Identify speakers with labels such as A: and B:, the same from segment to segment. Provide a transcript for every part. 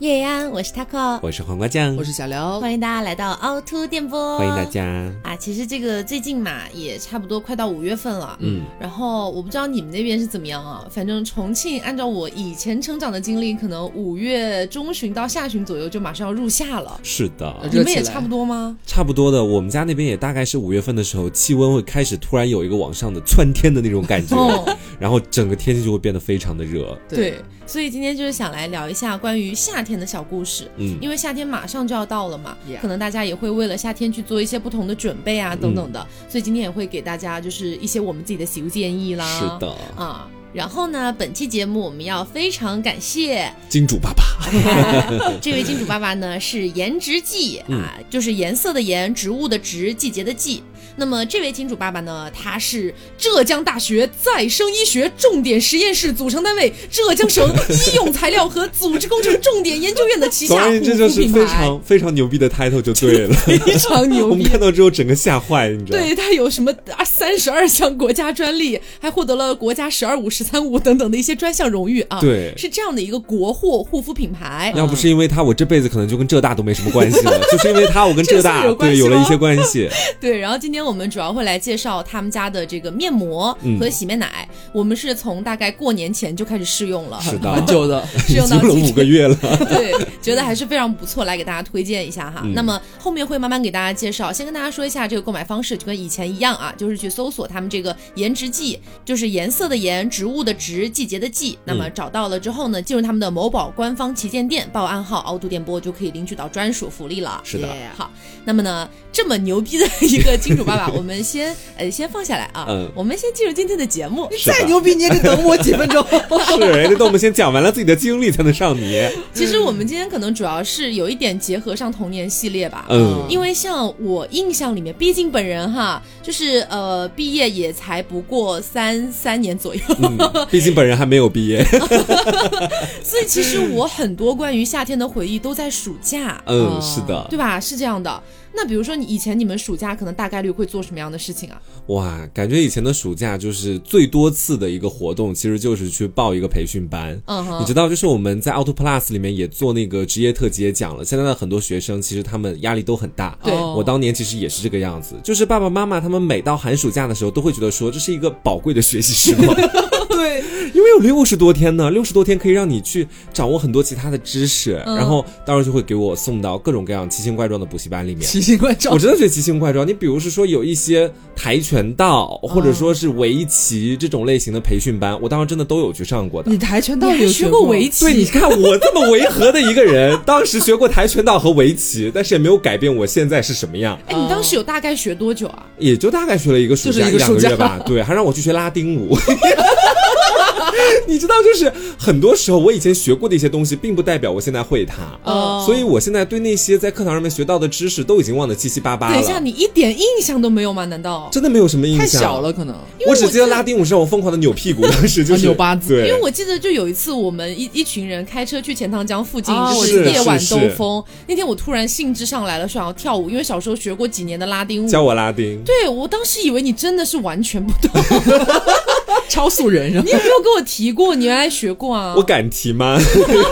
A: 夜安，我是 taco，
B: 我是黄瓜酱，
C: 我是小刘，
A: 欢迎大家来到凹凸电波，
B: 欢迎大家。
A: 啊，其实这个最近嘛，也差不多快到五月份了，
B: 嗯，
A: 然后我不知道你们那边是怎么样啊，反正重庆按照我以前成长的经历，可能五月中旬到下旬左右就马上要入夏了，
B: 是的，
A: 你
C: 热
A: 们也
C: 起来
A: 差不多吗？
B: 差不多的。我们家那边也大概是五月份的时候，气温会开始突然有一个往上的窜天的那种感觉，
A: 哦，
B: 然后整个天气就会变得非常的热。
A: 对，所以今天就是想来聊一下关于夏天的小故事。
B: 嗯，
A: 因为夏天马上就要到了嘛
C: Yeah
A: 可能大家也会为了夏天去做一些不同的准备啊，
B: 嗯
A: 等等的。所以今天也会给大家就是一些我们自己的小建议啦。
B: 是的，
A: 啊。然后呢，本期节目我们要非常感谢
B: 金主爸爸，
A: 这位金主爸爸呢，是颜值记
B: 嗯
A: 啊，就是颜色的颜，植物的植，季节的季。那么这位金主爸爸呢，他是浙江大学再生医学重点实验室组成单位，浙江省医用材料和组织工程重点研究院的旗
B: 总
A: 下
B: 而言之就
A: 护肤
B: 是
A: 品
B: 非
A: 牌。
B: 常非常牛逼的 title 就对了。
C: 非常牛
B: 我们
C: 逼。
B: 看到之后整个吓坏，你知道吗？
A: 对他有什么啊三十二项国家专利，还获得了国家“十二五”“十三五”等等的一些专项荣誉啊。，
B: 对。
A: 是这样的一个国货护肤品牌。
B: 要不是因为他，我这辈子可能就跟浙大都没什么关系了。就是因为他，我跟浙大
A: 这个算有关
B: 对
A: 系
B: 有了一
A: 吗
B: 些关系。
A: 对，然后今天我们主要会来介绍他们家的这个面膜和洗面奶，我们是从大概过年前就开始试用了，
B: 是的，
C: 蛮久的，
A: 试
B: 已
A: 用到
B: 经了
A: 今
B: 五个
A: 天，
B: 月了。
A: 对，觉得还是非常不错，来给大家推荐一下哈。
B: 嗯
A: 那么后面会慢慢给大家介绍，先跟大家说一下这个购买方式，就跟以前一样啊，就是去搜索他们这个颜值季，就是颜色的颜，植物的植，季节的
B: 嗯
A: 季。那么找到了之后呢，进入他们的某宝官方旗舰店，报暗号“凹凸电波”就可以领取到专属福利了。
B: 是的
C: Yeah
A: 好，那么呢，这么牛逼的一个 金主爸爸，我们先呃先放下来啊，
B: 嗯
A: 我们先进入今天的节目。
B: 是
C: 再
B: 的
C: 牛逼你也得等我几分钟。
B: 是，得等我们先讲完了自己的经历才能上你。
A: 其
B: 嗯
A: 实我们今天可能主要是有一点结合上童年系列吧。
B: 嗯，
A: 因为像我印象里面，毕竟本人哈，就是呃，毕业也才不过三三年左右，
B: 嗯毕竟本人还没有毕业。
A: 所以其实我很多关于夏天的回忆都在暑假，
B: 嗯，是的。
A: 对吧？是这样的。那比如说你以前你们暑假可能大概率会做什么样的事情啊？
B: 哇，感觉以前的暑假就是最多次的一个活动，其实就是去报一个培训班。
A: 嗯
B: 你
A: 哼，
B: 知道，就是我们在 Auto Plus 里面也做那个职业特辑也讲了，现在的很多学生其实他们压力都很大。
A: 对
C: 哦
B: 我当年其实也是这个样子，就是爸爸妈妈他们每到寒暑假的时候，都会觉得说这是一个宝贵的学习时光，
C: 对，
B: 因为有六十多天呢，六十多天可以让你去掌握很多其他的知识，
A: 嗯
B: 然后当时就会给我送到各种各样奇形怪状的补习班里面。
C: 奇形怪状
B: 我。真的觉得奇形怪状。你比如是说有一些跆拳道
C: 嗯
B: 或者说是围棋这种类型的培训班，我当时真的都有去上过的
C: 你。跆拳道
A: 你还
C: 有
A: 学过
C: 过
A: 围棋
B: 对，你看我这么违和的一个人，当时学过跆拳道和围棋，但是也没有改变我现在是什么样，
A: 哎，你当时有大概学多久啊？
B: 也就大概学了一个暑
C: 就是
B: 假
C: 一个
B: 两个
C: 暑假
B: 月吧。对，还让我去学拉丁舞。 你知道，就是很多时候我以前学过的一些东西，并不代表我现在会它。
A: 哦
B: 所以我现在对那些在课堂上面学到的知识都已经忘得七七八八了。
A: 等一下，你一点印象都没有吗？难道？
B: 真的没有什么印象。
C: 太小了，可能
B: 我只记得拉丁舞是让我疯狂的扭屁股，当时就
C: 啊
B: 是
C: 扭八字
B: 对，
A: 因为我记得就有一次，我们一一群人开车去钱塘江附近，
C: 哦
A: 就是是夜晚
B: 啊是
A: 兜
B: 是
A: 风。那天我突然兴致上来了，想要跳舞，因为小时候学过几年的拉丁舞。
B: 教我拉丁。
A: 对我当时以为你真的是完全不懂，
C: 超速人是吧
A: 你？有没有跟我提过？你原来学过啊？
B: 我敢提吗？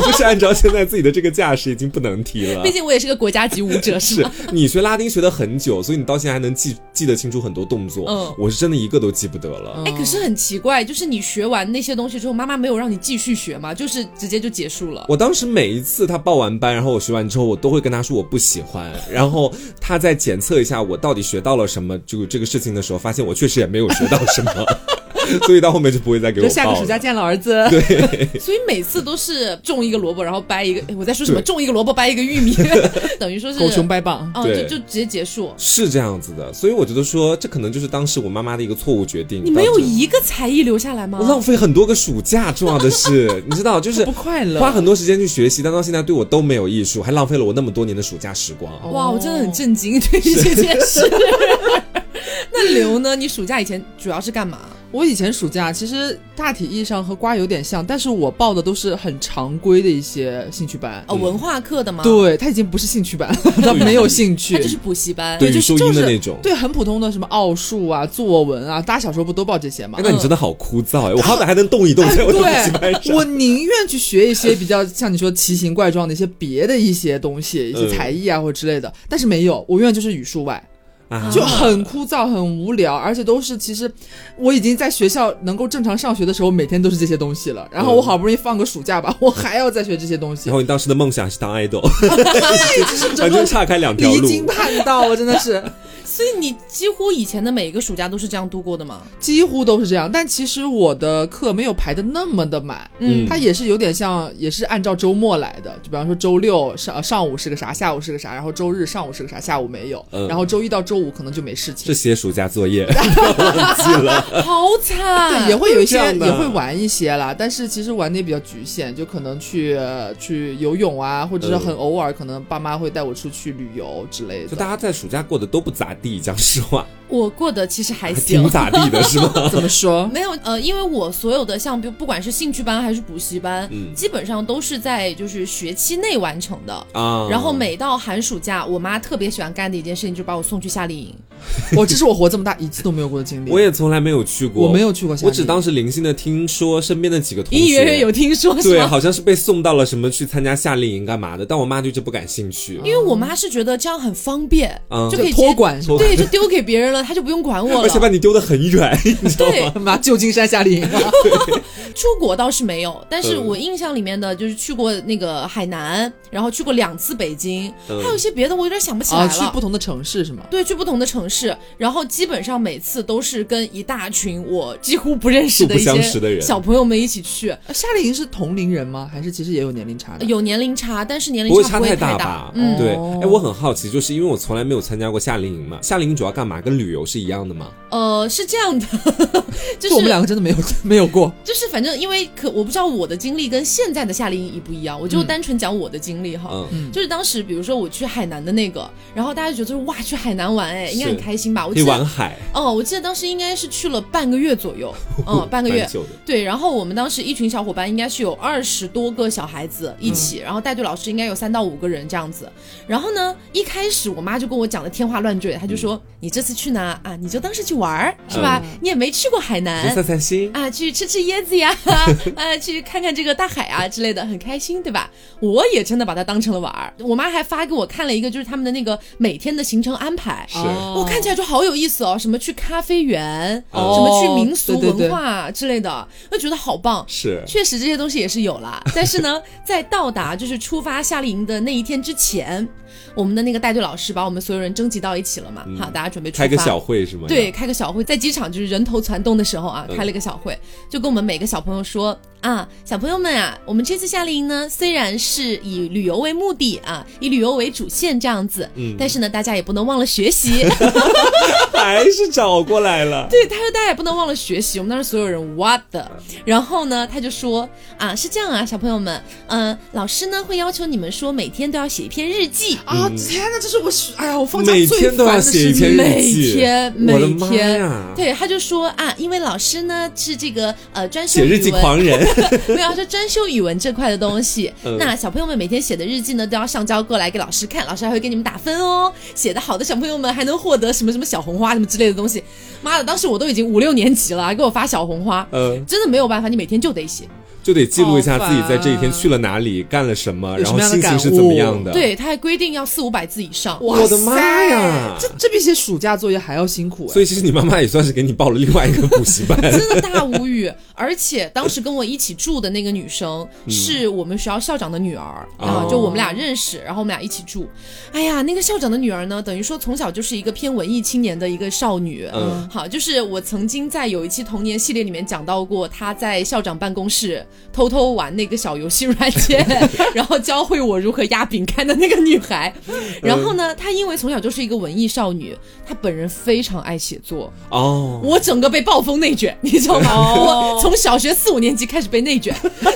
B: 就是按照现在自己的这个架势，已经不能提 了
A: 毕。竟我也是个国家级舞者，是
B: 是
A: 吧？
B: 你学拉丁学了很久，所以你到现在还能记记得清楚很多动作。
A: 嗯
B: 我是真的一个都记不得了。
A: 哎，可是很奇怪，就是你学完那些东西之后，妈妈没有让你继续学嘛，就是直接就结束了。
B: 我当时每一次他报完班，然后我学完之后，我都会跟他说我不喜欢，然后他再检测一下我到底学到了什么，就这个事情的时候，发现我确实也没有学到什 么，所以到后面就不会再给我
C: 就
B: 报了。
C: 下个暑假见了儿子，
A: 所以每次都是种一个萝卜，然后掰一个。哎我在说什么？
B: 对
A: 种一个萝卜掰一个玉米，等于说是
C: 狗熊掰棒。
A: 哦，就
B: 对
A: 就直接结束。
B: 是这样子的，所以我觉得说，这可能就是当时我妈妈的一个错误决定。
A: 你没有
B: 导致
A: 一个才艺留下来吗？
B: 我浪费很多个暑假，重要的是，你知 道，就是
C: 不快乐
B: 花很多时间去学习，但到现在对我都没有益处，还浪费了我那么多年的暑假时光。
A: 哇，
C: 哦
A: 我真的很震 惊对于这件事。那刘呢？你暑假以前主要是干嘛？
C: 我以前暑假其实大体意义上和瓜有点像，但是我报的都是很常规的一些兴趣班。
A: 呃，文化课的吗？，
C: 对，它已经不是兴趣班了，它没有兴趣
A: 它就，是补习班。
B: 对于
C: 就是
B: 收音
C: 就
B: 的
C: 是
B: 那种。
C: 对，很普通的什么奥数啊、作文啊，大家小时候不都报这些吗
B: 哎，？那你真的好枯燥哎！我好歹还能动一动，在我的补习班
C: 嗯 对，
B: 上。
C: 我宁愿去学一些比较像你说奇形怪状的一些别的一些东西，一些
B: 嗯
C: 才艺啊或者之类的，但是没有，我永远就是语数外，
B: 啊
C: 就很枯燥、很无聊，而且都是其实我已经在学校能够正常上学的时候，每天都是这些东西了。然后我好不容易放个暑假吧，我还要再学这些东西
B: 嗯然，后你当时的梦想还是当 爱豆，
C: 就是整
B: 反正
C: 个
B: 岔开两条
C: 离
B: 路。
C: 经叛道，我真的是
A: 所以你几乎以前的每一个暑假都是这样度过的 吗？
C: 几乎都是这样。但其实我的课没有排的那么的满，
B: 嗯
C: 它也是有点像，也是按照周末来的。就比方说周六上上午是个啥，下午是个啥，然后周日上午是个啥，下午没有，
B: 嗯
C: 然后周一到周五可能就没事情
B: 是。写暑假作 业，忘记了。
A: 好惨，
C: 对，也会有一些
B: 这样的
C: 也会玩一些啦，但是其实玩的也比较局限，就可能去呃去游泳啊，或者是
B: 嗯
C: 很偶尔，可能爸妈会带我出去旅游之类
B: 就
C: 的。
B: 大家在暑假过得都不咋地，讲实 话，
A: 我过得其实
C: 哎
A: 还
B: 还
A: 行
B: 挺。咋地的是吗？
C: 怎么说？
A: 没有，呃，因为我所有的像，比如不管是兴趣班还是补习班，
B: 嗯
A: 基本上都是在就是学期内完成的。
B: 啊，
A: 然后每到寒暑假，我妈特别喜欢干的一件事情，就是把我送去夏令营。
C: 我这是我活这么大一次都没有过的经历。
B: 我也从来没有去过，
C: 我没有去过夏令营
B: 我只当时零星的听说身边的几个同学，
A: 隐隐约约有听说是
B: 对，
A: 吗？
B: 好像是被送到了什么去参加夏令营干嘛的，但我妈对这不感兴趣。
A: 因为我妈是觉得这样很方便，
B: 嗯
A: 就可以直接
C: 托 管是吧？
A: 对，就丢给别人了，她就不用管 我
B: 而且把
A: 了。
B: 你丢得很远，你知道
A: 对
B: 吗？
C: 妈，旧金山夏令营，
A: 出国倒是没有，但是
B: 嗯
A: 我印象里面的就是去过那个海南，然后去过两次北京，
B: 嗯
A: 还有一些别的我有点想不起来
C: 啊，
A: 了。
C: 去不同的城市是吗？
A: 对，去不同的城市，然后基本上每次都是跟一大群我几乎不认识的一
B: 素不相识的
A: 些
B: 人
A: 小朋友们一起去，
C: 呃夏令营是同龄人吗？还是其实也有年龄差的？
A: 有年龄差，但是年
B: 不会
A: 龄
B: 差
A: 不会
B: 太
A: 太
B: 吧？
A: 嗯，
B: 对。
C: 哦
B: 哎，我很好奇，就是因为我从来没有参加过夏令营嘛，夏令营主要干嘛？跟旅游是一样的吗？
A: 呃，是这样的， 就
C: 就我们
A: 是
C: 两个真的没有 没有过。
A: 就是反正因为可我不知道我的经历跟现在的夏令营一不一样，我就
C: 嗯
A: 单纯讲我的经历哈。
B: 嗯，
C: 嗯，
A: 就是当时，比如说我去海南的那个，然后大家就觉得哇，去海南玩哎，应该
B: 是
A: 很开心吧？我
B: 可以
A: 记
B: 玩
A: 得，
B: 海，
A: 哦，我记得当时应该是去了半个月左 右，嗯，半个月
B: 蛮，久的。
A: 对，然后我们当时一群小伙伴应该是有二十多个小孩子一
B: 嗯
A: 起，然后带队老师应该有三到五个人这样子。然后呢，一开始我妈就跟我讲的天花乱坠，她就说：“
B: 嗯
A: 你这次去哪啊？你就当是去玩儿，是吧？你也没去过海
B: 你说
A: 南
B: 散散心，
A: 啊，去吃吃椰子呀， 啊，去看看这个大海啊之类的，很开心，对吧？”我也真的把它当成了玩儿。我妈还发给我看了一个，就是他们的那个每天的行程安排。
B: 是
C: 哦
A: 我看起来就好有意思哦，什么去咖啡园，
B: 哦
A: 什么去民俗
C: 对对对
A: 文化之类的，就觉得好棒。
B: 是
A: 确实这些东西也是有啦，但是 呢，在到达就是出发夏令营的那一天之前，我们的那个带队老师把我们所有人征集到一起了嘛，好，大家准备出发。
B: 嗯开个小会啊嗯是吗？
A: 对，，开个小会，在机场就是人头攒动的时候啊，开了个小会，就跟我们每个小朋友说啊，小朋友们啊，我们这次夏令营呢，虽然是以旅游为目的啊，以旅游为主线这样子，
B: 嗯
A: 但是呢，大家也不能忘了学习。
B: 还是找过来了。
A: 对，他说大家也不能忘了学习。我们当时所有人 what 的，
B: 嗯
A: 然后呢，他就说啊，是这样啊，小朋友们，嗯、老师呢会要求你们说每天都要写一篇日记，
C: 啊天哪，这是我暑哎呀，我放假
B: 每嗯
C: 最
B: 天都要
C: 烦的
B: 写
C: 事
B: 一篇
C: 情
B: 日
A: 每
B: 记
A: 天
B: 我的
A: 每
B: 妈
A: 天
B: 呀，
A: 对，他就说啊，因为老师呢是这个呃专修
B: 写日
A: 语
B: 记
A: 文，
B: 狂人，
A: 没有，他说专修语文这块的东西。
B: 嗯
A: 那小朋友们每天写的日记呢，都要上交过来给老师看，老师还会给你们打分哦。写的好的小朋友们还能获得什么什么小红花什么之类的东西。妈的，当时我都已经五六年级了，还给我发小红花。
B: 嗯，
A: 真的没有办法，你每天就得写。
B: 就得记录一下
C: 好
B: 自
C: 烦
B: 己在这一天去了哪里，干了什么，
C: 有
B: 然
C: 什
B: 后
C: 么样的
B: 心情
C: 感
B: 是怎么
C: 悟
B: 样的。，
A: 对，他还规定要四五百字以上。
C: 哇
B: 我的妈
C: 塞
B: 呀
C: 这这比写暑假作业还要辛苦哎。
B: 所以其实你妈妈也算是给你报了另外一个补习班。
A: 真的大无语，而且当时跟我一起住的那个女生是我们学校校长的女儿
B: 嗯哦
A: 啊，就我们俩认识，然后我们俩一起住。哎呀，那个校长的女儿呢，等于说从小就是一个偏文艺青年的一个少女。
B: 嗯
A: 好，就是我曾经在有一期童年系列里面讲到过，她在校长办公室偷偷玩那个小游戏软 件，然后教会我如何压饼干的那个女孩。
B: 嗯
A: 然后呢，她因为从小就是一个文艺少女，她本人非常爱写作，
B: 哦，
A: 我整个被暴风内卷， 你知道吗？我从小学四五年级开始被内卷，对，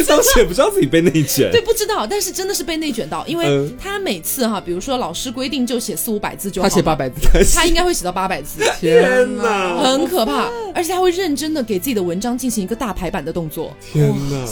A: 你知道
B: 当
A: 吗
B: 时也不知道自己被内卷
A: 对，，不知道，但是真的是被内卷到，因为
B: 嗯
A: 她每次哈，比如说老师规定就写四五百字就好了，
C: 他写八百字，
A: 她应该会写到八百字。
B: 天哪
A: 很可怕，而且他会认真的给自己的文章进行一个大排版的动作，
B: 天哪，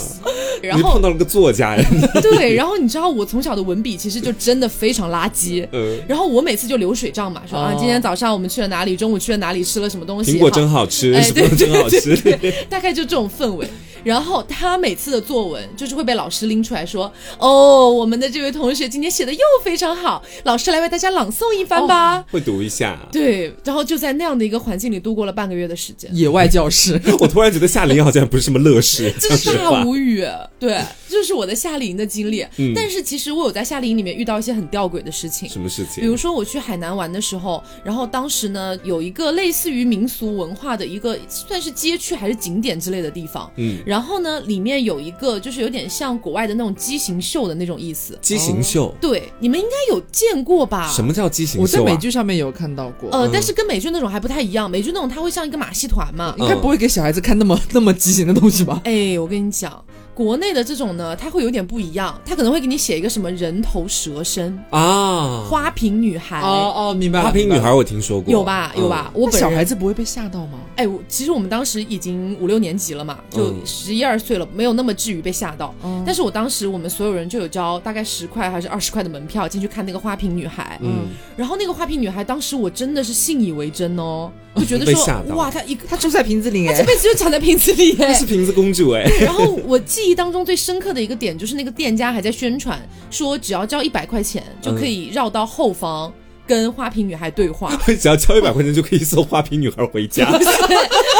A: 然
B: 你
A: 后
B: 碰到了个作家呀，你
A: 对，然后你知道我从小的文笔其实就真的非常垃圾，
B: 嗯，
A: 然后我每次就流水账嘛，说啊
C: 哦
A: 今天早上我们去了哪里，中午去了哪里，吃了什么东西，
B: 苹果真好吃，
A: 哎
B: 什
A: 对
B: 么真好吃，
A: 好大概就这种氛围。然后他每次的作文就是会被老师拎出来说，哦，我们的这位同学今天写的又非常好，老师来为大家朗诵一番吧。
B: 会读一下。啊
A: 对，然后就在那样的一个环境里度过了半个月的时间。
C: 野外 教室。
B: 我突然觉得夏琳好像不是什么 乐事，
A: 真
B: 讲
A: 是
B: 实
A: 大
B: 话，
A: 无语，对，这就是我的夏令营的经历。
B: 嗯
A: 但是其实我有在夏令营里面遇到一些很吊诡的事情，
B: 什么事
A: 比如
B: 情？
A: 说我去海南玩的时候，然后当时呢有一个类似于民俗文化的一个算是街区还是景点之类的地方，
B: 嗯，
A: 然后呢里面有一个就是有点像国外的那种畸形秀的那种意思，
B: 畸形秀，
A: 对，你们应该有见过吧？
B: 什？么叫畸形
C: 我在
B: 秀
C: 美
B: 啊？
C: 剧上面有看到
B: 嗯
C: 过，
A: 呃，但是跟美剧那种还不太一样，美剧那种它会像一个马戏团嘛，
B: 嗯
C: 应该不会给小孩子看那么 那么畸形的东西吧？
A: 哎，我跟你讲，国内的这种呢，它会有点不一样，它可能会给你写一个什么人头蛇身、
B: 啊，
A: 花瓶女孩，
C: 哦，明白
B: 花瓶女孩，我听说过，
A: 有吧？有
B: 哦
A: 吧？我
C: 我
A: 本
C: 小
A: 人
C: 孩子不会被吓到吗？
A: 哎，我其实我们当时已经五六年级了嘛，就
B: 嗯
A: 十一二岁了，没有那么至于被吓到。
C: 嗯
A: 但是我当时我们所有人就有交大概十块还是二十块的门票进去看那个花瓶女孩，
B: 嗯？
A: 然后那个花瓶女孩当时我真的是信以为真哦，就觉得
B: 被吓
A: 说
B: 到
A: 哇，她一个
C: 他住在瓶子里
A: 她这辈子就长在瓶子 里耶，
B: 嗯，是瓶子公主哎，
A: 然后我记忆当中最深刻的一个点就是那个店家还在宣传说，只要交一百块钱
B: 嗯
A: 就可以绕到后方跟花瓶女孩对话。
B: 只要交一百块钱就可以送花瓶女孩回家。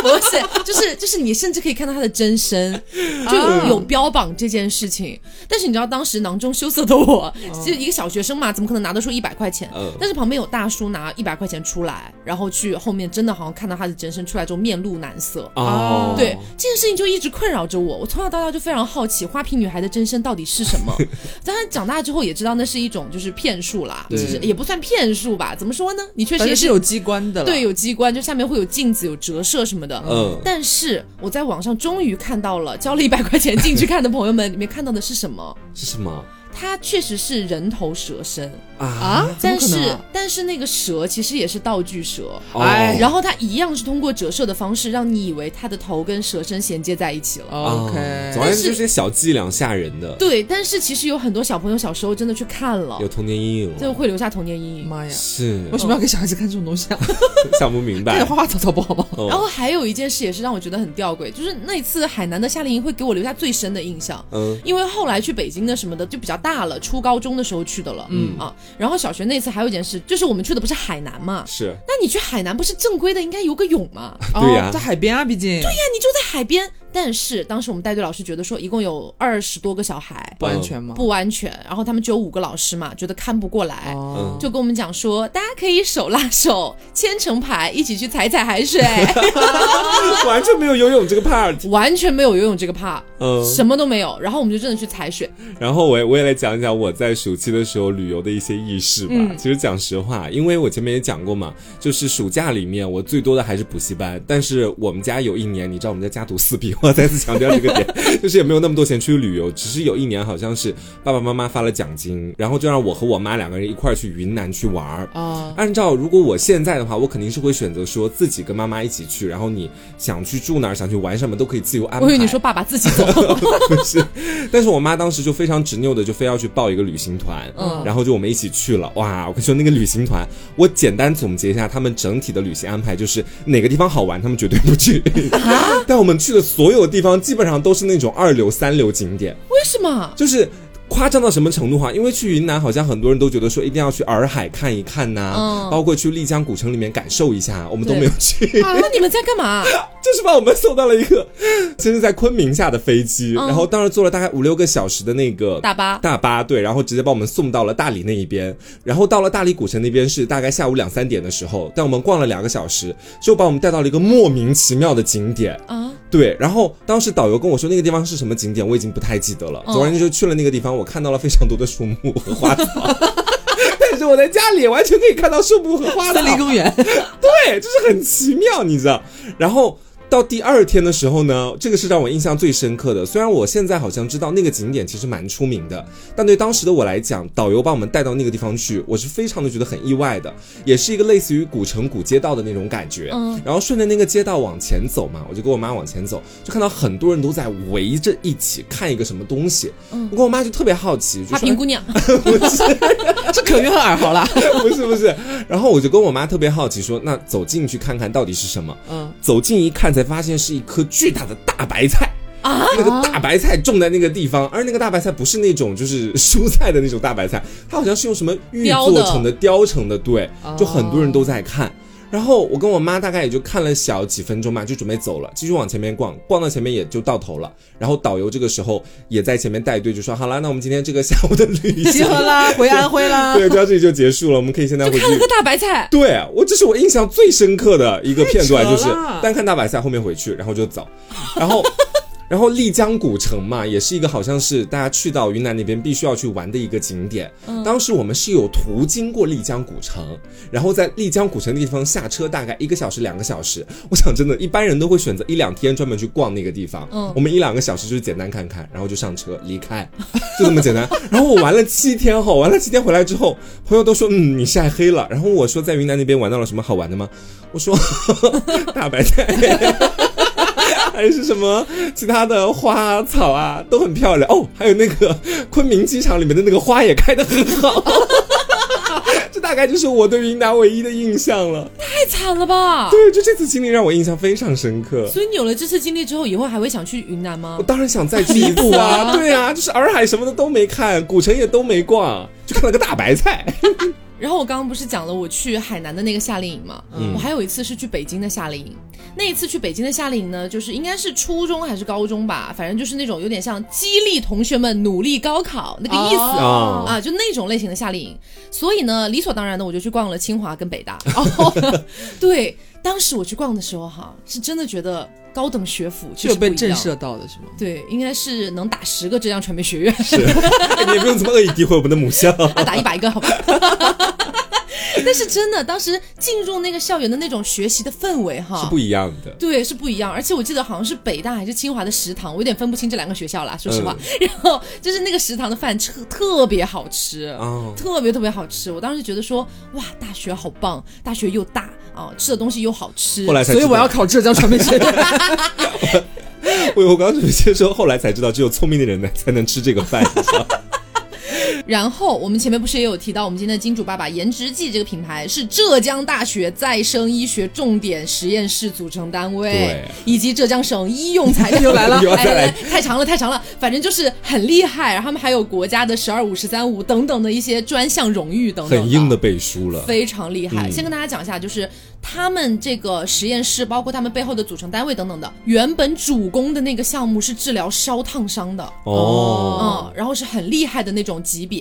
A: 不是，就是就是你甚至可以看到她的真 身，就有有标榜这件事情。但是你知道当时囊中羞涩的
C: 哦
A: 我，就一个小学生嘛，怎么可能拿得出一百块钱
B: 嗯？
A: 但是旁边有大叔拿一百块钱出来，然后去后面真的好像看到她的真身出来之后面露难色。
B: 哦，
A: 对这件事情就一直困扰着我，我从小到大就非常好奇花瓶女孩的真身到底是什 么。当然长大之后也知道那是一种就是骗术啦，
C: 对
A: 就是也不算骗术吧，怎么说呢？你确实
C: 反
A: 也
C: 正是有机关的了。
A: 对有机关，就下面会有镜子、有折射什么的。
B: 嗯
A: 但是我在网上终于看到了，交了一百块钱进去看的朋友们，里面看到的是什么？
B: 是什么
A: 它确实是人头蛇身，
B: 啊？
C: 啊，怎
A: 但
C: 么可能
A: 是
C: 啊
A: 但是那个蛇其实也是道具蛇，
B: 哦
C: 哎
A: 然后它一样是通过折射的方式，让你以为它的头跟蛇身衔接在一起了。
C: 哦
B: 啊
C: OK，
B: 总而言之，这些小伎俩吓人的，
A: 对，但是其实有很多小朋友小时候真的去看了
B: 有，童年阴影
A: 就
B: 了。
A: 会留下童年阴影。
C: 妈 呀！
B: 是
C: 为，什么要给小孩子看这种东西啊？
B: 想不明
C: 看
B: 白
C: 点。花花草草不好吗？
B: 嗯
A: 然后还有一件事也是让我觉得很吊诡，就是那一次海南的夏令营会给我留下最深的印象。
B: 嗯，
A: 因为后来去北京的什么的就比较大了，初高中的时候去的了，嗯啊，然后小学那次还有一件事，就是我们去的不是海南嘛，
B: 是
A: 那你去海南不是正规的应该游个泳嘛？
C: 哦
B: 对呀
C: 在海边啊，毕竟对呀，
A: 那你就在海边，但是当时我们带队老师觉得说一共有二十多个小孩
C: 不安全吗？
A: 不安全，然后他们只有五个老师嘛，觉得看不过来，
C: 哦，
A: 就跟我们讲说，大家可以手拉手牵成排一起去踩踩海水，
B: 完全没有游泳这个 part。
A: 完全没有游泳这个怕，
B: 嗯，
A: 什么都没有。然后我们就真的去踩水，
B: 然后我也我也来讲讲我在暑期的时候旅游的一些轶事吧。
A: 嗯
B: 其实讲实话，因为我前面也讲过嘛，就是暑假里面我最多的还是补习班，但是我们家有一年，你知道我们家家徒四壁，我要再次强调这个 点，就是也没有那么多钱出去旅游，只是有一年好像是爸爸妈妈发了奖金，然后就让我和我妈两个人一块儿去云南去玩儿。
A: 哦
C: 啊，
B: 按照如果我现在的话，我肯定是会选择说自己跟妈妈一起去，然后你想去住哪儿，想去玩什么都可以自由安排。
A: 我以为你说爸爸自己走，
B: 不是，但是我妈当时就非常执拗的，就非要去报一个旅行团，
A: 嗯
B: 然后就我们一起去了。哇，我跟你说那个旅行团，我简单总结一下他们整体的旅行安排，就是哪个地方好玩，他们绝对不去。
A: 啊
B: 但我们去的所有地方基本上都是那种二流、三流景点，
A: 为什么？
B: 就是。夸张到什么程度哈、因为去云南，好像很多人都觉得说一定要去洱海看一看呐、
A: 嗯
B: 包括去丽江古城里面感受一下，我们都没有去。
A: 啊，那你们在干嘛？
B: 就是把我们送到了一个， 先是在昆明下的飞机，
A: 嗯
B: 然后当时坐了大概五六个小时的那个
A: 大巴
B: 大巴对，然后直接把我们送到了大理那一边，然后到了大理古城那边是大概下午两三点的时候，但我们逛了两个小时，就把我们带到了一个莫名其妙的景点，
A: 啊，
B: 对，然后当时导游跟我说那个地方是什么景点，我已经不太记得了。
A: 嗯
B: 总而言之，去了那个地方，我看到了非常多的树木和花草， 但是我在家里完全可以看到树木和花草
C: 森，林公园，
B: 对，就是很奇妙，你知道。然后到第二天的时候呢，这个是让我印象最深刻的。虽然我现在好像知道那个景点其实蛮出名的，但对当时的我来讲，导游把我们带到那个地方去，我是非常的觉得很意外的，也是一个类似于古城古街道的那种感觉。
A: 嗯
B: 然后顺着那个街道往前走嘛，我就跟我妈往前走，就看到很多人都在围着一起看一个什么东西。
A: 嗯
B: 我跟我妈就特别好奇，就
A: 花
B: 说
A: 瓶姑娘，
C: 这可约翰尔豪啦。
B: 不是不是。然后我就跟我妈特别好奇说，那走进去看看到底是什么。
C: 嗯，
B: 走近一看，才发现是一棵巨大的大白菜。
A: 啊，
B: 那个大白菜种在那个地方，而那个大白菜不是那种就是蔬菜的那种大白菜，它好像是用什么玉
A: 雕
B: 做
A: 的
B: 成的、雕成的，对
C: 哦，
B: 就很多人都在看。然后我跟我妈大概也就看了小几分钟吧，就准备走了，继续往前面逛，逛到前面也就到头了。然后导游这个时候也在前面带队，就说：“好啦，那我们今天这个下午的旅
C: 集
B: 行，
C: 合啦，回安徽啦。
B: 对，就到这里就结哎束了。我们可以现在
A: 就
B: 回去
A: 看了个大白菜，
B: 对我，这是我印象最深刻的一个片段，
C: 太
B: 就是
C: 扯了
B: 单看大白菜，后面回去，然后就 走，然后。然后丽江古城嘛，也是一个好像是大家去到云南那边必须要去玩的一个景点。
C: 嗯
B: 当时我们是有途经过丽江古城，然后在丽江古城那地方下车，大概一个小时、两个小时。我想真的，一般人都会选择一两天专门去逛那个地方。
A: 嗯
B: 我们一两个小时就是简单看看，然后就上车离开，就这么简单。 然后我玩了七天后，玩了七天回来之后，朋友都说嗯你晒黑了。然后我说在云南那边玩到了什么好玩的吗？我说 大白菜。还是什么其他的花草啊，都很漂亮哦。还有那个昆明机场里面的那个花也开得很好。 这大概就是我对云南唯一的印象了。
A: 太惨了吧！
B: 对，就这次经历让我印象非常深刻。
A: 所以你有了这次经历之后，以后还会想去云南吗
B: 我？当然想再去一
C: 弥补
B: 次啊！
C: 啊
B: 对啊，就是洱海什么的都没看，古城也都没逛，就看了个大白菜。
A: 然后我刚刚不是讲了我去海南的那个夏令营嘛，
C: 嗯
A: 我还有一次是去北京的夏令营。那一次去北京的夏令营呢，就是应该是初中还是高中吧，反正就是那种有点像激励同学们努力高考那个意思。
B: 哦
A: 啊，就那种类型的夏令营，所以呢，理所当然的我就去逛了清华跟 北大。哦对，当时我去逛的时候哈，是真的觉得高等学府
C: 是
A: 确
C: 有
A: 实
C: 被
A: 不一
C: 震
A: 样。
C: 慑到的是吗？
A: 对，应该是能打十个浙江传媒学院，
B: 是， 你也不用这么恶意诋毁我们的母校。
A: 啊，打一百个，好吧。 但是真的，当时进入那个校园的那种学习的氛围哈，
B: 是不一样的。
A: 对，是不一样。而且我记得好像是北大还是清华的食堂，我有点分不清这两个学校啦，说实话。
B: 嗯
A: 然后就是那个食堂的饭特特别好吃
B: 哦
A: 特别特别好吃。我当时觉得说，哇，大学好棒，大学又大啊，吃的东西又好吃。
B: 后来才
C: 所
B: 知
C: 以
B: 道，
C: 我要考浙江传媒学院。
B: 我我刚刚准备先说，后来才知道，只有聪明的人呢才能吃这个 饭。你知道吗
A: 然后我们前面不是也有提到，我们今天的金主爸爸颜值记这个品牌是浙江大学再生医学重点实验室组成单位
B: 对，
A: 以及浙江省医用 材料又
C: 来了
B: 又要
A: 哎
B: 再来
A: 哎太长了太长了，反正就是很厉害。然后他们还有国家的“十二五”“十三五”等等的一些专项荣誉等等，
B: 很硬的。背书了。
A: 非常厉害。
B: 嗯
A: 先跟大家讲一下，就是他们这个实验室，包括他们背后的组成单位等等的，原本主攻的那个项目是治疗烧烫伤的。
B: 哦，
A: 嗯，然后是很厉害的那种级别。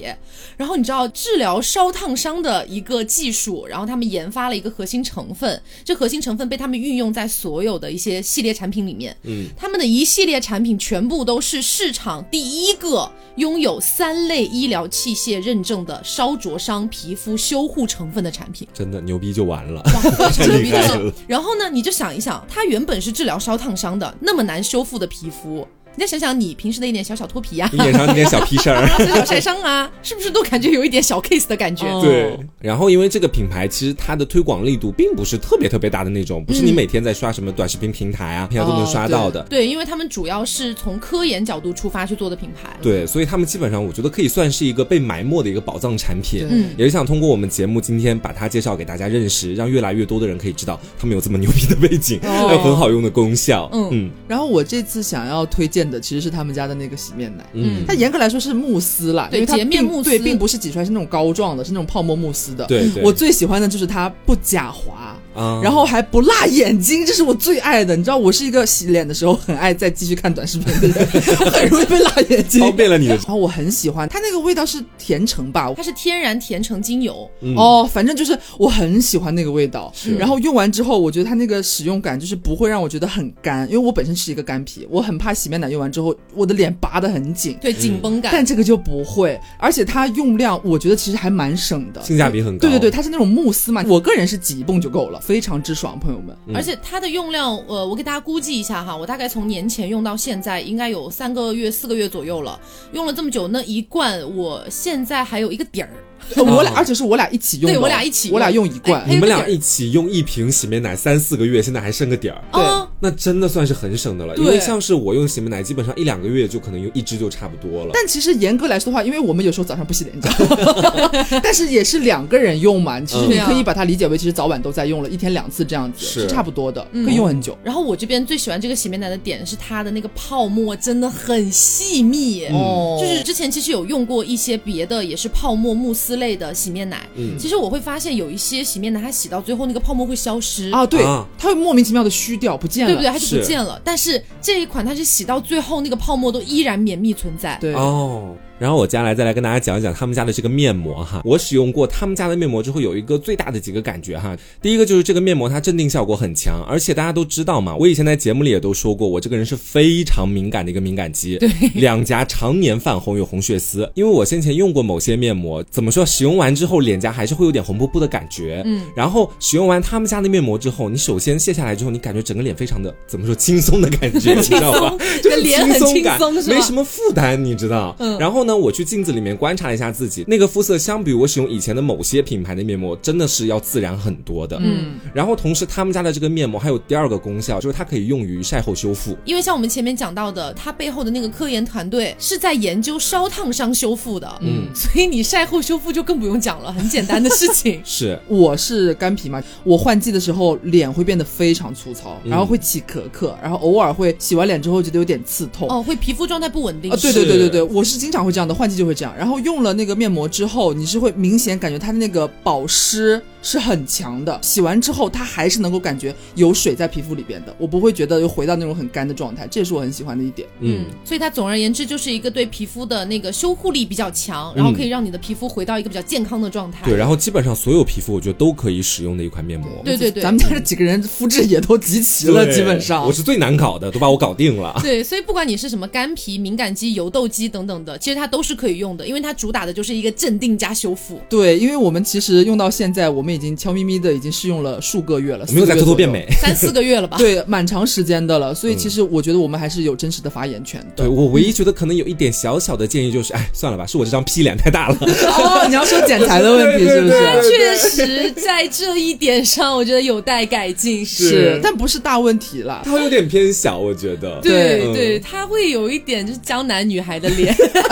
A: 然后你知道治疗烧烫伤的一个技术，然后他们研发了一个核心成分，这核心成分被他们运用在所有的一些系列产品里面。嗯，他们的一系列产品全部都是市场第一个拥有三类医疗器械认证的烧灼伤皮肤修护成分的产 品。
B: 真的牛逼就完了。
A: 哇，非常牛逼
B: 太厉害
A: 的
B: 了。
A: 然后呢，你就想一想，它原本是治疗烧烫伤的，那么难修复的皮肤。你再想想你平时的一点小小脱皮呀、
B: 你脸上那点小屁事 儿。
A: 小小晒伤啊，是不是都感觉有一点小 case 的感觉？
C: 哦
B: 对，然后因为这个品牌其实它的推广力度并不是特别特别大的那种，不
C: 嗯
B: 是你每天在刷什么短视频平台啊，平台都
C: 哦
B: 能刷到的。
A: 对，因为他们主要是从科研角度出发去做的品牌。
B: 对，所以他们基本上我觉得可以算是一个被埋没的一个宝藏产品
C: 对，
A: 嗯
B: 也是想通过我们节目今天把它介绍给大家认识，让越来越多的人可以知道他们有这么牛逼的背景，
C: 哦
B: 还有很好用的功效。
A: 嗯
B: 嗯
C: 然后我这次想要推荐的其实是他们家的那个洗面奶，
B: 嗯
C: 它严格来说是慕斯啦，
A: 对
C: 因为它
A: 洁面
C: 并
A: 慕斯
C: 对，并不是挤出来是那种膏状的，是那种泡沫慕斯的。
B: 对对，
C: 我最喜欢的就是它不假滑，
B: 啊，
C: 然后还不辣眼睛，这是我最爱的。你知道，我是一个洗脸的时候很爱再继续看短视频的人， 很容易被辣眼睛。
B: 方便了你的
C: 然后我很喜欢它那个味道是甜橙吧，
A: 它是天然甜橙精油，
B: 嗯
C: 哦，反正就是我很喜欢那个味道。然后用完之后，我觉得它那个使用感就是不会让我觉得很干，因为我本身是一个干皮，我很怕洗面奶用完之后我的脸拔得很紧。
A: 对紧绷感。
C: 嗯但这个就不会，而且它用量我觉得其实还蛮省的，
B: 性价比很高。
C: 对对对，，它是那种慕斯嘛，我个人是挤一泵就够了，非常之爽，朋友们。
A: 而且它的用量，呃，我给大家估计一下哈，我大概从年前用到现在，应该有三个月、四个月左右了。用了这么久，那一罐我现在还有一个底儿，
C: 我
B: 嗯
C: 俩，而且是我俩一起用的哦，
A: 对我俩一起用
C: 我俩用一罐。
A: 哎
B: 你们俩一起用一瓶洗面奶三四个月，现在还剩个底儿。
C: 对
A: 啊，
B: 那真的算是很省的了，因
A: 对
B: 为像是我用洗面奶，基本上一两个月就可能用一支就差不多了。
C: 但其实严格来说的话，因为我们有时候早上不洗脸，你知道吗？ 但是也是两个人用嘛，其实你
A: 嗯
C: 可以把它理解为其实早晚都在用了，一天两次这样子
B: 是
C: 是差不多的，
A: 嗯
C: 可以用很久。
A: 然后我这边最喜欢这个洗面奶的点是它的那个泡沫真的很细密，
B: 嗯
C: 哦
A: 就是之前其实有用过一些别的也是泡沫慕斯类的洗面奶，
B: 嗯
A: 其实我会发现有一些洗面奶它洗到最后那个泡沫会消失。
C: 啊，对
B: 啊，
C: 它会莫名其妙的虚掉，不见了，
A: 对不对？它就不
B: 是
A: 见了。但哦是这一款它是洗到最后，那个泡沫都依然绵密存在。
C: 对
B: 哦，然后我接下来再来跟大家讲一讲他们家的这个面膜哈。我使用过他们家的面膜之后，有一个最大的几个感觉哈。第一个就是这个面膜它镇定效果很强，而且大家都知道嘛，我以前在节目里也都说过，我这个人是非常敏感的一个敏感肌，对，两颊常年泛红，有红血丝。因为我先前用过某些面膜，怎么说，使用完之后脸颊还是会有点红扑扑的感觉，嗯，然后使用完他们家的面膜之后，你首先卸下来之后，你感觉整个脸非常的怎么说轻松的感 觉，你知道吧？就是
A: 脸很
B: 松
A: 轻
B: 感，
A: 松是吧
B: 没什么负担，你知道？嗯。然后呢，我去镜子里面观察了一下自己，那个肤色相比我使用以前的某些品牌的面膜，真的是要自然很多的。嗯。然后同时，他们家的这个面膜还有第二个功效，就是它可以用于晒后修复。。
A: 因为像我们前面讲到的，它背后的那个科研团队是在研究烧烫伤修复的，嗯，所以你晒后修复就更不用讲了，很简单的事情
B: 是，
C: 我是干皮嘛，我换季的时候脸会变得非常粗糙，然
B: 嗯
C: 后会起壳壳，然后偶尔会洗完脸之后觉得有点刺痛。
A: 哦，会皮肤状态不稳定。
C: 啊，对
B: 是
C: 对对对对，我是经常会这样的，换季就会这样。然后用了那个面膜之后，你是会明显感觉它的那个保湿是很强的，洗完之后它还是能够感觉有水在皮肤里边的，我不会觉得又回到那种很干的状态，这也是我很喜欢的一点。
A: 嗯，所以它总而言之就是一个对皮肤的那个修护力比较强，然后可以让你的皮肤回到一个比较健康的状态。
B: 对。然后基本上所有皮肤，我觉得都可以使用的一款面膜。
A: 对对对
C: 咱们家这几个人肤质也都集齐了，基本上
B: 我。是最难搞的，都把我搞定 了。
A: 对，所以不管你是什么干皮、敏感肌、油痘肌等等的，其实它都是可以用的，因为它主打的就是一个镇定加修 复。
C: 对，因为我们其实用到现在，我们已经悄咪咪的已经试用了数个月了，
B: 我没有
C: 四
B: 在偷
C: 个月
B: 偷
C: 左右
B: 变美。。嗯
A: 三四个月了吧？
C: 对，蛮长时间的了，所以其实我觉得我们还是有真实的发言权的
B: 对。我唯一觉得可能有一点小小的建议就是，哎，算了吧，是我这张屁脸太大了。
C: 哦，你要说剪裁的问题是不
B: 对对对
C: 是？
A: 确实在这一点上，我觉得有待改进。
B: 是
C: 但不是大问题啦。
A: 嗯
B: 它会有点偏小，我觉得。
A: 对
B: 嗯
A: 对，它会有一点就是江南女孩的脸，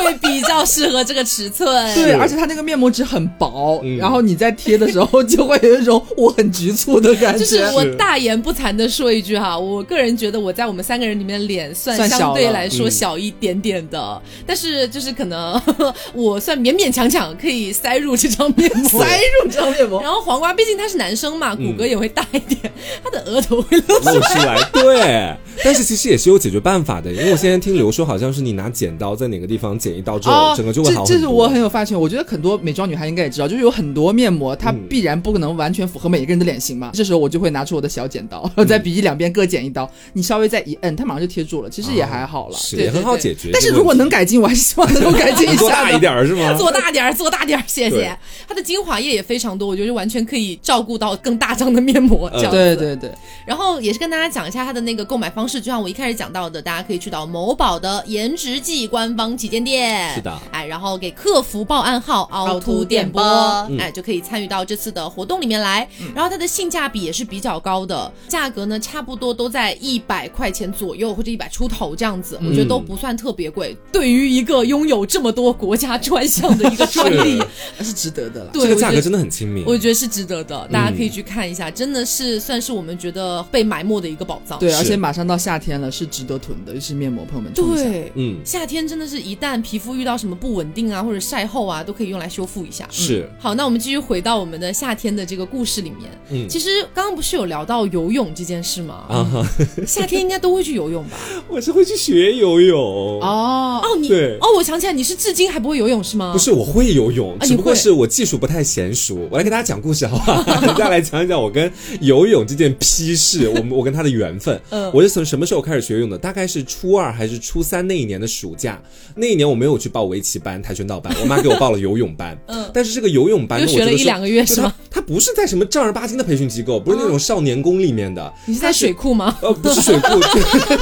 A: 会比较适合这个尺寸。
C: 对，
B: 是
C: 而且它那个面膜纸很薄，
B: 嗯
C: 然后你在贴的时候就会有一种我很局促的感
A: 就
C: 觉。
A: 是我
B: 是
A: 大言不惭的说一句哈，我个人觉得我在我们三个人里面脸算
C: 算小
A: 相对
C: 了
A: 来说
B: 嗯
A: 小一点点的，但是就是可能 我算勉勉强强可以塞入这张面膜。
C: 塞入这张面膜，
A: 然后黄瓜毕竟他是男生嘛，骨骼也会大一点，他的额头会 露
B: 露出来，对，但是其实也是有解决办法的，因为我现在听刘说，好像是你拿剪刀在哪个地方剪一刀之后，
C: 哦，
B: 整个就会好
C: 这这是
B: 多
C: 我很有发现，我觉得很多美妆女孩应该也知道，就是有很多面膜它
B: 嗯
C: 必然不可能完全符合每一个人的脸型嘛。这时候我就会拿出我的小剪刀，然
B: 嗯
C: 后在鼻翼两边各剪一刀，你稍微再一摁，它马上就贴住了，其实也还好了。
B: 是
A: 对
B: 也
A: 对
B: 很好
A: 对
B: 解决这个问题。
C: 但是如果能改进，我还是希望能够改进一
B: 能做
C: 下
B: 大一
C: 的。
B: 点儿是吗？
A: 做大点儿，做大点儿，谢
B: 对
A: 谢。它的精华液也非常多，我觉得完全可以照顾到更大张的面膜这样子。
C: 对对对，
A: 然后也是跟大家讲一下它的那个购买方式，就像我一开始讲到的，大家可以去到某宝的颜值季官方旗舰店，
B: 是的
A: 哎，然后给客服报暗号“凹凸电波”，
C: 凹
B: 嗯
A: 哎，就可以参与到这次的活动里面来。然后它的性价比也是比较高的，价格呢差不多都在一百块钱左右或者一百出头这样
B: 嗯
A: 子，我觉得都不算特别贵。对于一个拥有这么多国家专项的一个 专利，
C: 还是值得的啦。
A: 对，
B: 这个
A: 我觉
B: 价
A: 得
B: 格真的嗯很亲民。
A: 我觉得是值得的，大家可以去看一下，真的是算是我们觉得被埋没的一个宝藏。
C: 对，
B: 是
C: 而且马上到夏天了，是值得囤的，就是面膜，朋友们冲一下。
A: 对，
B: 嗯，
A: 夏天真的是一旦皮肤遇到什么不稳定啊，或者晒后啊，都可以用来修复一下。
B: 是
A: 好，那我们继续回到到我们的夏天的这个故事里面。
B: 嗯
A: 其实刚刚不是有聊到游泳这件事吗？
B: 啊哈，
A: 夏天应该都会去游泳 吧？
B: 我是会去学游泳。
C: 哦，
A: 哦，你
B: 对
A: 哦，我想起来，你是至今还不会游泳是吗？
B: 不，是，我会游泳，
A: 啊
B: 只不过
A: 你会
B: 是我技术不太娴熟。我来给大家讲故事好不 好？大家来讲一讲我跟游泳这件批示，我们我跟他的缘分。
A: 嗯
B: 我是从什么时候开始学游泳的？大概是初二还是初三那一年的暑假。那一年我没有去报围棋班、跆拳道班，我妈给我报了游泳班。
A: 嗯
B: 但是这个游泳班呢
A: 又学了
B: 我觉得
A: 一两个月
B: 就是
A: 吗啊
B: 它？它不是在什么正儿八经的培训机构，不是那种少年宫里面的，
A: 你是在水库吗？
B: 呃，不是水库，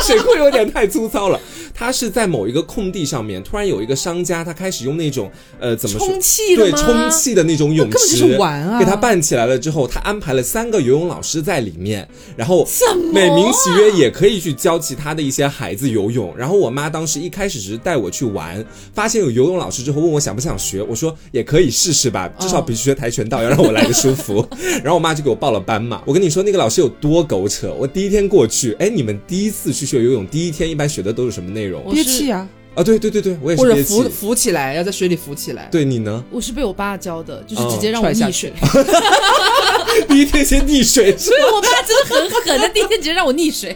B: 水库有点太粗糙了。它是在某一个空地上面，突然有一个商家，他开始用那种呃怎么说
A: 充气的
B: 对
A: 吗
B: 充气的那种泳
C: 根本就
B: 池，
C: 是玩啊
B: 给他办起来了之后，他安排了三个游泳老师在里面，然后
A: 什么啊
B: 美名其曰也可以去教其他的一些孩子游泳。然后我妈当时一开始只是带我去玩，发现有游泳老师之后问我想不想学，我说也可以试试吧，至少比学跆拳道要让我来的舒服。然后我妈就给我报了班嘛。我跟你说那个老师有多狗扯，我第一天过去，哎，你们第一次去学游泳，第一天一般学的都是什么内容
A: 我
C: 憋气啊，
B: 啊？对对对对，我也是
C: 或者
B: 憋气
C: 浮。浮起来，要在水里浮起来。
B: 对你呢？
A: 我是被我爸教的，就是
B: 哦
A: 直接让我
C: 踹下
A: 溺水。
B: 第一天先溺水是吧
A: 对， 我爸真的很狠，他第一天直接让我溺水。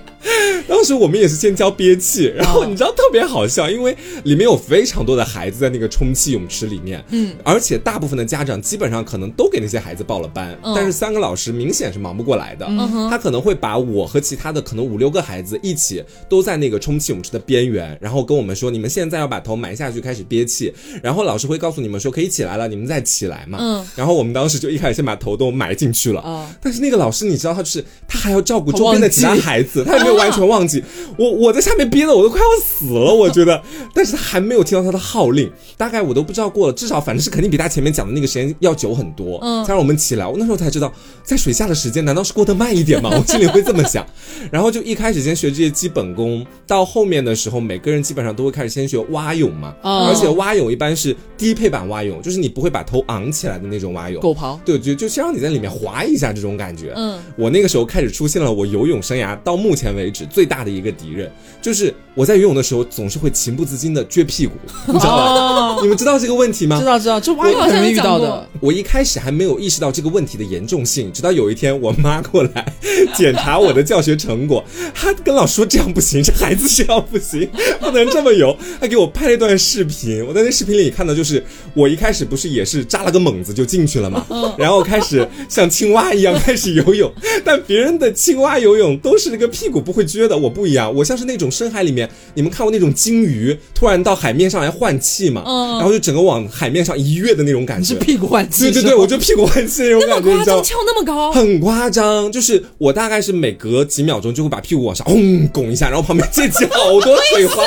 B: 当时我们也是先教憋气，
A: 哦
B: 然后你知道特别好笑，因为里面有非常多的孩子在那个充气泳池里面，嗯，而且大部分的家长基本上可能都给那些孩子报了班，
A: 嗯
B: 但是三个老师明显是忙不过来的，
A: 嗯哼
B: 他可能会把我和其他的可能五六个孩子一起都在那个充气泳池的边缘，然后跟我们说你们现在要把头埋下去开始憋气，然后老师会告诉你们说可以起来了，你们再起来嘛，
A: 嗯，
B: 然后我们当时就一开始先把头都埋进去了，
C: 啊，
B: 但是那个老师，你知道，他就是他还要照顾周边的其他孩子，他也没有完全忘记、我。我在下面憋的我都快要死了，我觉得。但是他还没有听到他的号令，大概我都不知道过了，至少反正是肯定比他前面讲的那个时间要久很多。
A: 嗯
B: 才让我们起来。我那时候才知道，在水下的时间难道是过得慢一点吗？ 我心里会这么想。然后就一开始先学这些基本功，到后面的时候，每个人基本上都会开始先学蛙泳嘛。
C: 哦
B: 而且蛙泳一般是低配版蛙泳，就是你不会把头昂起来的那种蛙泳。
C: 狗刨，
B: 对，就就先让你在里面滑一下这种感觉。
A: 嗯，
B: 我那个时候开始出现了我游泳生涯到目前为止最大的一个敌人，就是我在游泳的时候总是会情不自禁的撅屁股， 你知道吧？
C: 哦，
B: 你们知道这个问题吗
C: 知？道知道，这蛙泳
A: 我好
C: 很
A: 像
C: 容
A: 有
C: 易遇
A: 讲
C: 到
A: 过
C: 的。
B: 我一开始还没有意识到这个问题的严重性，直到有一天我妈过来检查我的教学成果，她跟老师说这样不行，这孩子这样不行，不能这么游。她给我拍了一段视频，我在那视频里看到，就是我一开始不是也是扎了个猛子就进去了嘛，然后开始像青蛙一样开始游泳，但别人的青蛙游泳都是那个屁股不会撅的，我不一样，我像是那种深海里面，你们看过那种鲸鱼突然到海面上来换气嘛，
A: 嗯
B: 然后就整个往海面上一跃的那种感
C: 你
B: 觉
C: 是。屁股换气
B: 对对
C: 是吧？
B: 对，我就屁股换气那种
A: 那么
B: 感觉，你
A: 夸
B: 知
A: 张，
B: 道吗？
A: 翘那么 高，
B: 很夸张，就是我大概是每隔几秒钟就会把屁股往上轰拱一下，然后旁边溅起好多 水花，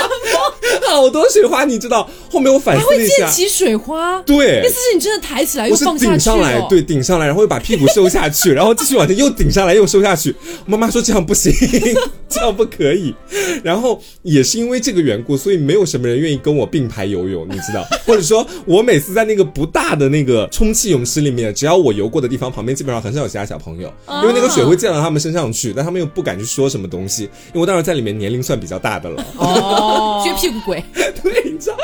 B: 好多水花，你知道？后面我反
A: 还
B: 思了
A: 会
B: 一
A: 溅
B: 下，
A: 起水花。
B: 对
A: 意思是你真的抬起来又
B: 我是
A: 哎放下
B: 顶
A: 去
B: 上来
A: 哦，。
B: 对，顶上来，然后又把屁股收下去，然后继续往前又顶上来又收下去。妈妈说这样不行， 这样不可以。然后也是因为这个缘故，所以没有什么人愿意跟我并排游泳，你知道？或者说，我每次在那个不大的那个充气泳池里面，只要我游过的地方，旁边基本上很少有其他小朋友，
A: 哦
B: 因为那个水会溅到他们身上去，但他们又不敢去说什么东西，因为我当时在里面年龄算比较大的了。
C: 哦，
A: 撅屁股鬼，
B: 对，你知道，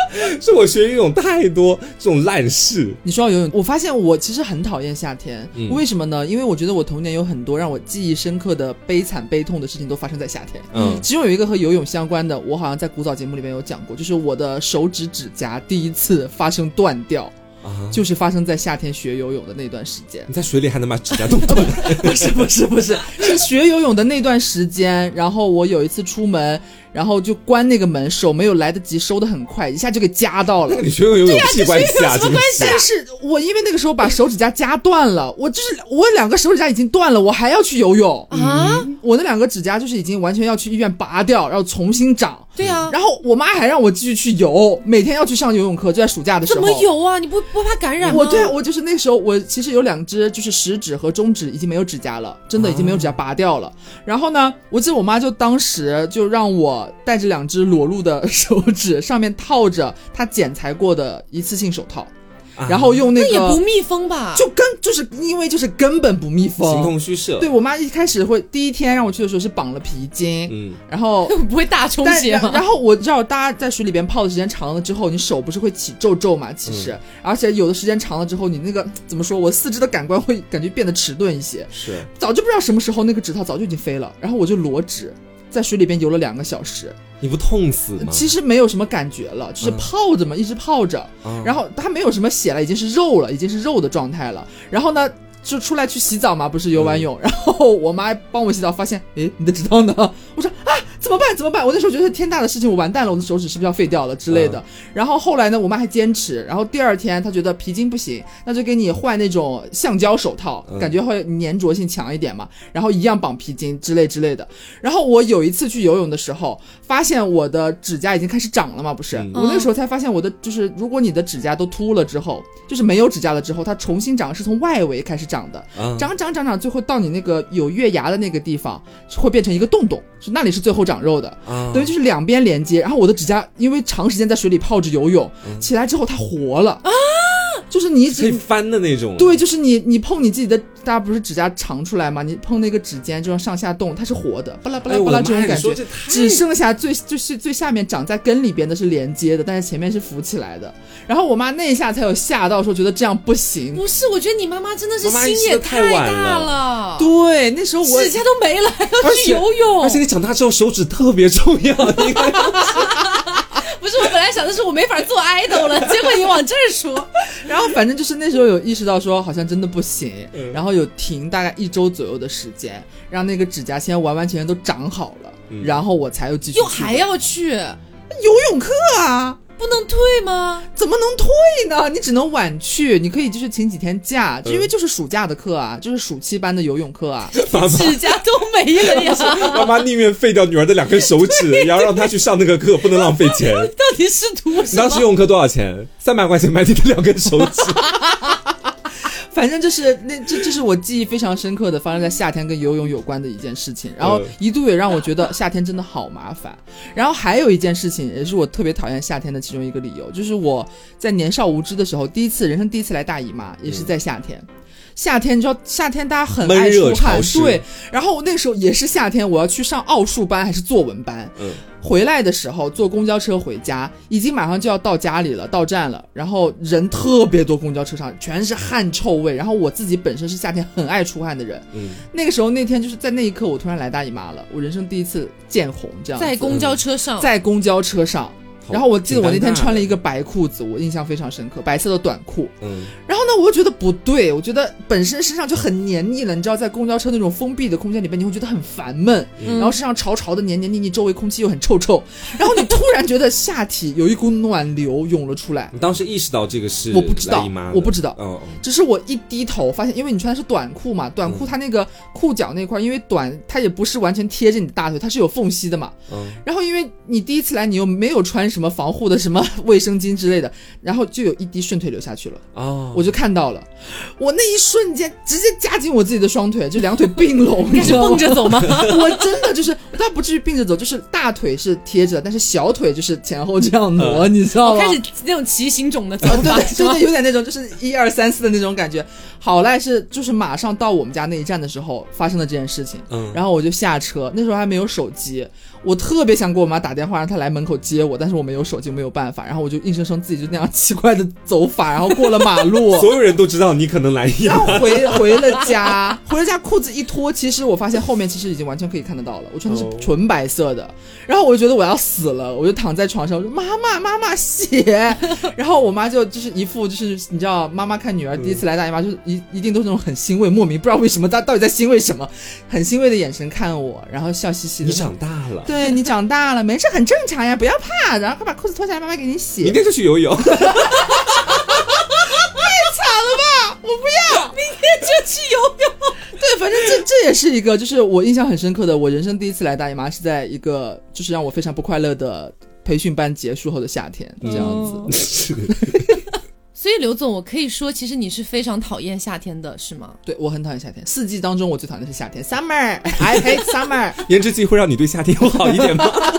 B: 是我学游泳太多这种烂事。
C: 你说到游泳，我发现我其实很讨厌夏天，
B: 嗯
C: 为什么呢？因为我觉得我童年有很多让我记忆深刻的悲惨悲痛的事情都发生在夏天。
B: 嗯
C: 其中有一个和游泳相关的，我好像在古早节目里面有讲过，就是我的手指指甲第一次发生断掉，
B: 啊，
C: 就是发生在夏天学游泳的那段时间。
B: 你在水里还能把指甲 弄断。
C: 不是不是不是，是学游泳的那段时间。然后我有一次出门，然后就关那个门，手没有来得及收的很快，一下就给夹到 了
B: 那。你学游泳有屁关系啊？真的是
C: 但是我因为那个时候把手指甲夹断了，我就是我两个手指甲已经断了，我还要去游泳
A: 啊！
C: 我那两个指甲就是已经完全要去医院拔掉，然后重新长。
A: 对啊，
C: 然后我妈还让我继续去游，每天要去上游泳课，就在暑假的时候。
A: 怎么？游啊？你不不怕感染吗？
C: 我对我就是那时候，我其实有两只就是食指和中指已经没有指甲了，真的已经没有指
A: 哦
C: 甲拔掉了。然后呢，我记得我妈就当时就让我带着 两只裸露的手指，上面套着她剪裁过的一次性手套。
B: 啊
C: 然后用那
A: 啊那也不
C: 个
A: 密封吧？
C: 就根就是因为就是根本不密
B: 形
C: 封。
B: 同虚设。
C: 对我妈一开始会第一天让我去的时候是绑了皮筋，
B: 嗯，
C: 然后
A: 不会大充
C: 但
A: 血
C: 然然
A: 吗？
C: 后我知道大家在水里边泡的时间长了之后，你手不是会起皱皱嘛？其实，而且有的时间长了之后，你那个怎么说？我四肢的感官会感觉变得迟钝一些。
B: 是
C: 早就不知道什么时候那个指套早就已经飞了，然后我就裸指。在水里边游了两个小时，
B: 你不痛死吗？
C: 其实没有什么感觉了，就是
B: 嗯
C: 泡着嘛，一直泡着，
B: 啊，
C: 然后它没有什么血了，已经是肉了，已经是肉的状态了。然后呢，就出来去洗澡嘛，不是游完泳，然后我妈帮我洗澡，发现，诶，你的指套呢？ 我说啊，怎么办？怎么办？我那时候觉得天大的事情，我完蛋了，我的手指是不是要废掉了之类的。然后后来呢，我妈还坚持，然后第二天她觉得皮筋不行，那就给你换那种橡胶手套，
B: 嗯
C: 感觉会粘着性强一点嘛，然后一样绑皮筋之类之类的。然后我有一次去游泳的时候，发现我的指甲已经开始长了嘛，不是？
B: 嗯
C: 我那个时候才发现我的就是，如果你的指甲都秃了之后，就是没有指甲了之后，它重新长是从外围开始长的，
B: 啊
C: 长长长长，最后到你那个有月牙的那个地方会变成一个洞洞，是那里是最后长肉的。
B: 啊，
C: 等于就是两边连接。然后我的指甲因为长时间在水里泡着游泳，起来之后它活了啊，就是你
B: 嗯可以
C: 只
B: 翻的那种。
C: 对，，就是你你碰你自己的，大家不是指甲长出来吗？你碰那个指尖这种上下动，它是活的，巴拉巴
B: 哎
C: 拉
B: 呦
C: 巴
B: 我的
C: 拉
B: 妈
C: 这种
B: 呀，你
C: 感
B: 说这
C: 觉。
B: 太
C: 只剩下最就是最下面长在根里边的是连接的，但是前面是浮起来的。然后我妈那一下才有吓到，说觉得这样不行。
A: 不是，我觉得你妈妈真的是
B: 妈妈
A: 心
B: 意识
A: 也
B: 得太晚
A: 大了，
C: 对，那时候我
A: 指甲都没了还要
B: 而
A: 去
B: 且
A: 游泳
B: 而，且你长大之后手指特别重要，你看
A: 不是我本来想的是我没法做 idol 了，结果你往这儿说，
C: 然后反正就是那时候有意识到说好像真的不行，
B: 嗯
C: 然后有停大概一周左右的时间，让那个指甲先完完全全都长好了，
B: 嗯
C: 然后我才又继续
A: 又
C: 去
A: 还要去，
C: 游泳课啊。
A: 不能退吗？
C: 怎么能退呢？你只能晚去，你可以就是请几天假，
B: 嗯
C: 就因为就是暑假的课啊，就是暑期班的游泳 课啊。
B: 妈
A: 指甲都没了 呀，
B: 妈妈妈宁愿废掉女儿的两根手指， 也要让她去上那个课，不能浪费钱。
A: 到底是图
B: 你
A: 什
B: 当时
A: 么？
B: 游泳课多少钱？三百块钱买你的两根手指。
C: 反正就是那这这是我记忆非常深刻的发生在夏天跟游泳有关的一件事情，然后
B: 嗯
C: 一度也让我觉得夏天真的好麻烦。然后还有一件事情也是我特别讨厌夏天的其中一个理由，就是我在年少无知的时候，第一次人生第一次来大姨妈，也是在夏天。夏天你知道夏天大家很
B: 嗯闷
C: 爱
B: 热
C: 出汗
B: 潮，湿
C: 对。然后我那时候也是夏天，我要去上奥数班还是作文班，
B: 嗯，
C: 回来的时候坐公交车回家，已经马上就要到家里了，到站了，然后人特别多，公交车上全是汗臭味。然后我自己本身是夏天很爱出汗的人，
B: 嗯，
C: 那个时候那天就是在那一刻，我突然来大姨妈了，我人生第一次见红这样子
A: 在公交车上，
C: 在公交车上。
B: 好
C: 然后我记得我那
B: 挺尴尬
C: 天
B: 的
C: 穿了一个白裤子，我印象非常深刻，白色的短裤。
B: 嗯，
C: 然后呢，我又觉得不对，我觉得本身身上就很黏腻了，你知道，在公交车那种封闭的空间里边，你会觉得很烦闷，
A: 嗯
C: 然后身上潮潮的、黏黏腻腻，周围空气又很臭臭，然后你突然觉得下体有一股暖流涌了出来，
B: 你当时意识到这个是
C: 我不知
B: 来
C: 道
B: 姨妈，的
C: 我不知道。
B: 哦，
C: 只是我一低头发现，因为你穿的是短裤嘛，短裤它那个裤脚那块儿，因为短它也不是完全贴着你的大腿，它是有缝隙的嘛。
B: 嗯
C: 然后因为你第一次来，你又没有穿什么防护的什么 卫生巾之类的，然后就有一滴顺腿流下去了。
B: 哦，
C: 我就看到了，我那一瞬间直接夹紧我自己的双腿，就两腿并拢，你
A: 该
C: 知
A: 是
C: 道吗
A: 蹦？着走 吗？
C: 我真的就是，倒不至于并着走，就是大腿是贴着，但是小腿就是前后这样挪，你知道
A: 我
C: 吗？
A: 哦开始那种骑行种的走
C: 啊， 对
A: 法
C: 对
A: 是
C: 对
A: 吗
C: 对，？有点那种就是一二三四的那种感觉。好赖是就是马上到我们家那一站的时候发生的这件事情，
B: 嗯。
C: 然后我就下车，那时候还没有手机，我特别想给我妈打电话让她来门口接我，但是我没有手机，没有办法，然后我就硬生生自己就那样奇怪的走法，然后过了马路
B: 所有人都知道你可能来姨
C: 然
B: 妈。
C: 后回回了家， 回了家裤子一脱，其实我发现后面其实已经完全可以看得到了。我穿的是
B: 哦
C: 纯白色的，然后我就觉得我要死了，我就躺在床上，我说妈妈妈 妈血，然后我妈就就是一副就是你知道妈妈看女儿第一次来大姨妈，就是一一定都是那种很欣慰，莫名不知道为什么她到底在欣慰什么，很欣慰的眼神看我，然后笑嘻嘻的
B: 你。长大了，
C: 对你长大了，没事，很正常呀，不要怕。然后快把裤子脱下来，妈妈给你洗。
B: 明天就去游 泳。
A: 这去游泳，
C: 对，反正这这也是一个，就是我印象很深刻的，我人生第一次来大姨妈是在一个就是让我非常嗯不快乐的培训班结束后的夏天，这样
A: 子。
C: 子。
A: 所所以刘总，我可以说，其实你是非常讨厌夏天的，是吗？
C: 对我很讨厌夏天，四季当中我最讨厌的是夏天，summer，I hate summer，
B: 颜值计会让你对夏天有好一点吗？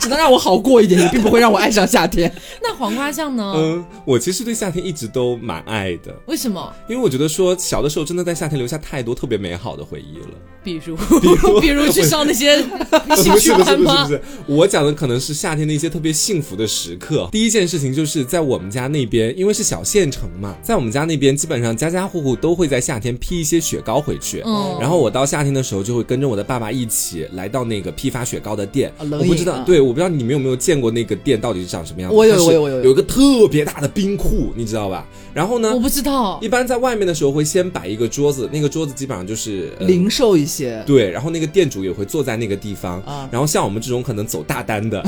C: 只能让我好过一点，也并不会让我爱上夏天。
A: 那黄瓜酱呢？
B: 嗯，我其实对夏天一直都蛮爱的，
A: 为什么？
B: 因为我觉得说小的时候真的在夏天留下太多特别美好的回忆了。
A: 比如，
B: 比 如
A: 比如去上那些
B: 不是
A: 兴
B: 不
A: 趣
B: 是不
A: 班
B: 是不是不
A: 吗？
B: 是，我讲的可能是夏天的一些特别幸福的时刻。第一件事情就是在我们家那边，因为是小县城嘛，在我们家那边基本上家家户户都会在夏天批一些雪糕回去。
A: 嗯
B: 然后我到夏天的时候就会跟着我的爸爸一起来到那个批发雪糕的店。
C: 啊冷
B: 我不
C: 饮
B: 知道
C: 啊，
B: 对，我不知道你们有没有见过那个店到底是长什么样子。
C: 我有
B: 它是
C: 我有我有
B: 有一个特别大的冰库，你知道吧？然后呢
A: 我，不知道
B: 一，般在外面的时候会先摆一个桌子，那个桌子基本上就是、呃
C: 零售一些，
B: 对，然后那个店主也会坐在那个地方，
C: 啊
B: 然后像我们这种可能走大单 的，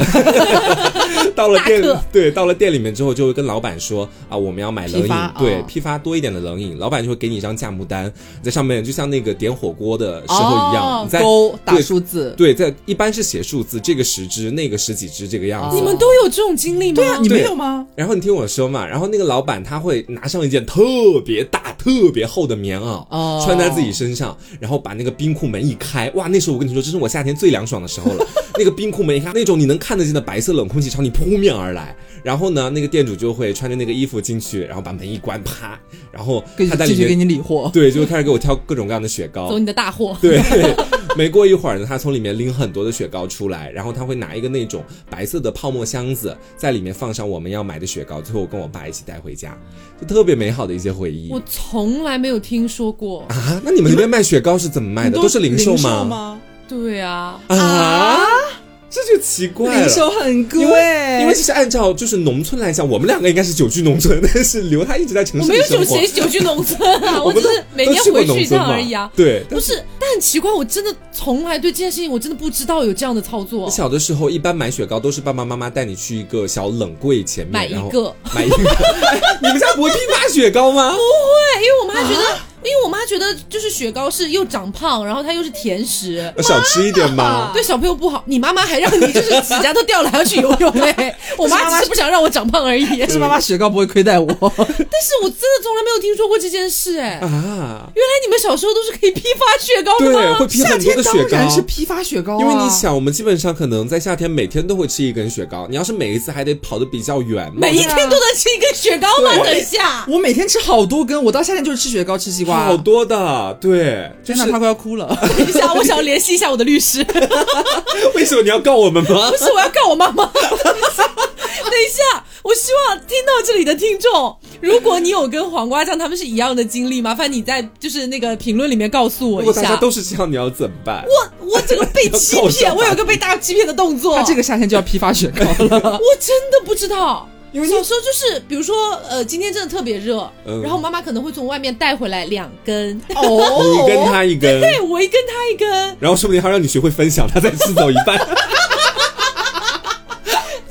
B: 到了店
A: 大客
B: 对，到了店里面之后就会跟老板说啊，我们要买冷
C: 批
B: 饮
C: 发，
B: 对
C: 哦，
B: 批发多一点的冷饮，老板就会给你一张价目单，在上面就像那个点火锅的时候一
C: 哦
B: 样，你在
C: 勾打
B: 对
C: 数字，
B: 对，在一般是写数字，这个十支，那个十几支，这个样子。
A: 你们都有这种经历吗？对啊
C: 你
B: 对
C: 没有吗？
B: 然后你听我说嘛，然后那个老板他会拿上一件特别大、特别厚的棉袄，
C: 哦
B: 穿在自己身上，然后把那个冰库门一开，哇！那时候我跟你说，这是我夏天最凉爽的时候了。 那个冰库门一开，那种你能看得见的白色冷空气朝你扑面而来。然后呢，那个店主就会穿着那个衣服进去，然后把门一关，啪，然后
C: 给
B: 他在
C: 继
B: 里
C: 续给
B: 面，
C: 你理货，
B: 对，就会开始给我挑各种各样的雪糕，
A: 走你的大货，
B: 哦对， 没过一会儿呢，他从里面拎很多的雪糕出来，然后他会拿一个那种白色的泡沫箱子，在里面放上我们要买的雪糕，最后我跟我爸一起带回家，就特别美好的一些回忆
A: 我 从来没有听说过。
B: 啊！那你们那边卖雪糕是怎么卖的？
C: 你
B: 都是零售
C: 吗？
B: 吗？
A: 对啊，
B: 啊，这就奇怪
C: 零
B: 了。
C: 售很贵，
B: 因为因为其实按照就是嗯农村来讲，我们两个应该是久居农村，但是刘他一直在城
A: 我
B: 市
A: 没
B: 里
A: 有
B: 生
A: 久
B: 活
A: 谁。久居农村啊，
B: 我
A: 我
B: 们
A: 只
B: 都
A: 是每
B: 都
A: 天
B: 去过
A: 回去
B: 农
A: 一
B: 村
A: 趟
B: 嘛
A: 而已啊。
B: 对，
A: 不是，但很奇怪，我真的从来对这件事情我真的不知道有这样的操作。
B: 小的时候，一般买雪糕都是爸爸妈妈带你去一个小冷柜前面，
A: 买一
B: 然后
A: 个
B: 买一个。哎你们家不会批发雪糕吗？
A: 对，因为我妈觉
B: 啊
A: 得，因为我妈觉得就是雪糕是又长胖，然后它又是甜食。
B: 少吃一点吗？
A: 对小朋友不好，你妈妈还让你就是指甲都掉了还要去游泳哎、 我妈只是不想让我长胖而已。
C: 但是妈妈雪糕不会 亏待我，
A: 但是我真的从来没有听说过这件事哎、
B: 啊，
A: 原来你们小时候都是可以批发雪糕的
B: 对，
A: 吗？
B: 会批很多的
C: 当
B: 雪糕
C: 然。是批发雪糕、啊，
B: 因为你。想，我们基本上可能在夏天每天都会吃一根雪糕，你要是每一次还得跑得比较远，
A: 每一
B: 冒着
A: 天都能吃一根雪糕吗？等一下，
C: 我每天吃好多根，我到夏天就是吃雪糕、吃西瓜，
B: 好多的，对，就
C: 真
B: 是
C: 的，他快要哭了。
A: 等一下，我想要联系一下我的律师。
B: 为什么你要告我们吗
A: 不？是，我要告我妈 妈。等一下，我希望听到这里的听众，如果你有跟黄瓜酱他们是一样的经历，麻烦你在就是那个评论里面告诉我
B: 如
A: 一
B: 果大家
A: 下。
B: 都是这样，你要怎么办？
A: 我我整个被欺
B: 要告
A: 骗，
B: 上
A: 我有个被大欺骗的动作。
C: 他这个夏天就要批发雪糕 了，
A: 我真的不知道。
B: 因为你
A: 小时候就是，比如说，呃，今天真的特别热，
B: 嗯
A: 然后妈妈可能会从外面带回来两根，
C: 哦
B: 你一 根他一 根，
A: 对我一根她一根，
B: 然后说不定还让你学会分享，他再吃走一半。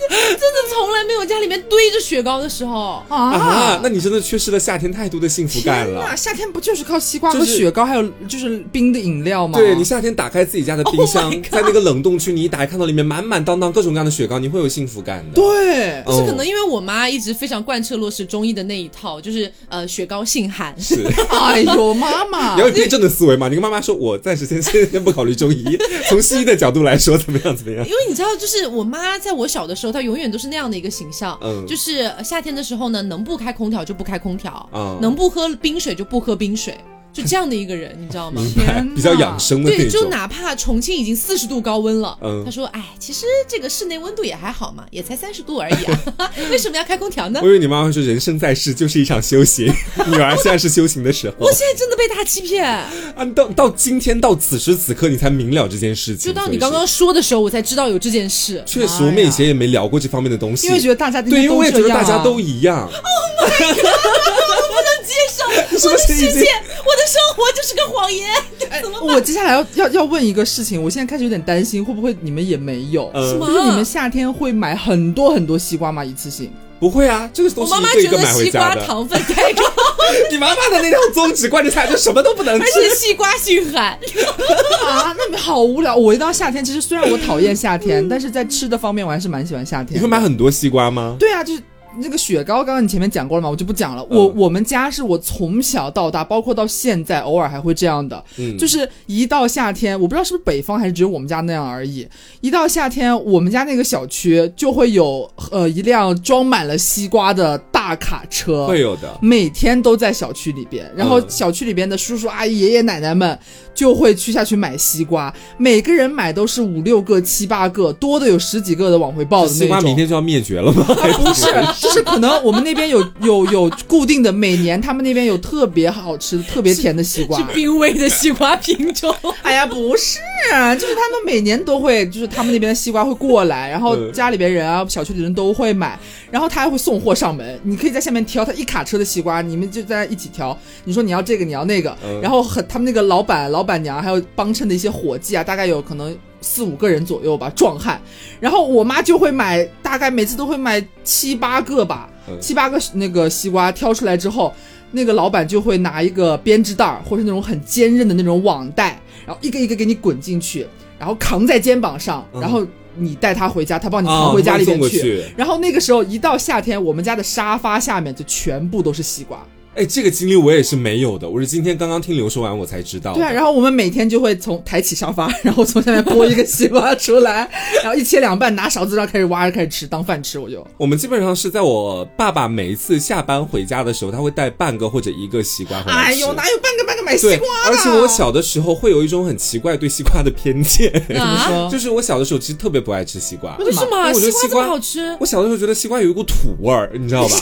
A: 真的从来没有家里面堆着雪糕的时候。
B: 啊，那你真的缺失了夏天太多的幸福感
C: 天
B: 了
C: 呐，。夏天不就是靠西瓜和
B: 就是
C: 雪糕，还有就是冰的饮料吗？
B: 对你夏天打开自己家的冰
A: Oh my
B: 箱
A: God
B: 在那个冷冻区，你一打开看到里面满满当当各种各样的雪糕，你会有幸福感的。
C: 对
B: 嗯，
A: 是可能因为我妈一直非常贯彻落实中医的那一套，就是呃雪糕性寒，
B: 是，你
C: 哎呦妈 妈，
B: 要有辩证的思维嘛。你跟妈妈说，我暂时先先先不考虑中医，从西医的角度来说，怎么样怎么样
A: 因。为你知道，就是我妈在我小的时候，她永远都是那样的一个形象，
B: 嗯
A: 就是呃夏天的时候呢，能不开空调就不开空调，
B: 嗯
A: 能不喝冰水就不喝冰水，就这样的一个人，你知道吗？
C: 天呐
B: 比较养生的
A: 对，
B: 嗯那
A: 就
B: 种。
A: 哪怕重庆已经四十度高温了，
B: 嗯
A: 她说，哎，其实这个室内温度也还好嘛，也才三十度而已、 啊，为什么要开空调呢
B: 我？以为你妈妈会说，人生在世就是一场修行， 女儿现在是修行的时候
A: 我现在真的被她欺骗，
B: 啊！到到今天到此时此刻，你才明了这件事情。
A: 就到
B: 所以
A: 你
B: 是
A: 刚刚，说的时候，我才知道有这件 事。
B: 确实我们以前也没聊过这方面的东西，
C: 因为觉得大家今
B: 对，因
C: 天
B: 为
C: 都
B: 我也觉得
C: 这样
B: 大
C: 啊
B: 家都一样。
C: 哦
A: 接受
B: 什
A: 我
B: 么
A: 的
B: 是已哎
A: 世
B: 经
A: 界，我的生活就是个谎言， 怎么
C: 我接下来要要要问一个事情，我现在开始有点担心，会不会你们也没有？
B: 嗯
A: 什么
C: 就是你们夏天会买很多很多西瓜吗？一次性？
B: 不会啊，这个东
A: 我
B: 西
A: 妈妈
B: 一个一
A: 觉
B: 个
A: 得
B: 买回
A: 西
B: 家
A: 瓜
B: 的。
A: 糖分太高，
B: 你妈妈的那条宗旨贯彻下来，就什么都不能
A: 而且西瓜性寒。
C: 啊，那你们好无聊。我一到夏天，其实虽然我讨厌夏天，但是在吃的方面我还是蛮喜欢夏天。
B: 你会买？很多西瓜吗？
C: 对啊，就是那个雪糕，刚刚你前面讲过了嘛，我就不讲了。我我们家是我从小到大，包括到现在，偶尔还会这样的，
B: 嗯
C: 就是一到夏天，我不知道是不是北方还是只有我们家那样而已。一到夏天，我们家那个小区就会有呃一辆装满了西瓜的大卡车，
B: 会有的。
C: 每天都在小区里边，然
B: 嗯
C: 后小区里边的叔叔阿姨、爷爷奶奶们就会去下去买西瓜，每个人买都是五六个、七八个，多的有十几个的往回抱的
B: 西瓜
C: 哦那
B: 明
C: 种。
B: 天就要灭绝了吗？
C: 啊，不是， 就是可能我们那边有有有固定的，每年他们那边有特别好吃、特别甜的西瓜
A: 是。濒危的西瓜品 种。
C: 哎呀，不是啊，就是他们每年都会，就是他们那边的西瓜会过来，然后
B: 嗯
C: 家里边人啊、小区里人都会买，然后他还会送货上门，你可以在下面挑，他一卡车的西瓜，你们就在那一起挑，你说你要这个，你要那个，
B: 嗯
C: 然后很他们那个老板、老板娘还有帮衬的一些伙计啊，大概有可能。四五个人左右吧，壮汉。然后我妈就会买，大概每次都会买七八个吧，
B: 嗯
C: 七八个那个西瓜挑出来之后，那个老板就会拿一个编织袋儿，或是那种很坚韧的那种网袋，然后一个一个给你滚进去，然后扛在肩膀上，
B: 嗯
C: 然后你带它回家，他帮你
B: 啊，
C: 扛回家里
B: 送
C: 边
B: 过
C: 去。
B: 去。
C: 然后那个时候一到夏天，我们家的沙发下面就全部都是西瓜。
B: 哎，这个经历我也是没有的，我是今天刚刚听刘说完我才知道的。
C: 对啊，然后我们每天就会从抬起沙发， 然后从下面剥一个西瓜出来， 然后一切两半，拿勺子然后开始挖着开始吃，当饭吃。我就
B: 我们基本上是在我爸爸每一次下班回家的时候，他会带半个或者一个西瓜回来
C: 哎
B: 吃
C: 呦，哪有半个半个买西
B: 对
C: 瓜，
B: 而且我小的时候会有一种很奇怪对西瓜的偏见，
A: 啊？
C: 说
B: 就是我小的时候其实特别不爱吃西瓜。
A: 为什么
B: 哎我觉得
A: 西瓜
B: 西
A: 这
B: 瓜
A: 么好吃？
B: 我小的时候觉得西瓜有一股土味儿，你 知道吧？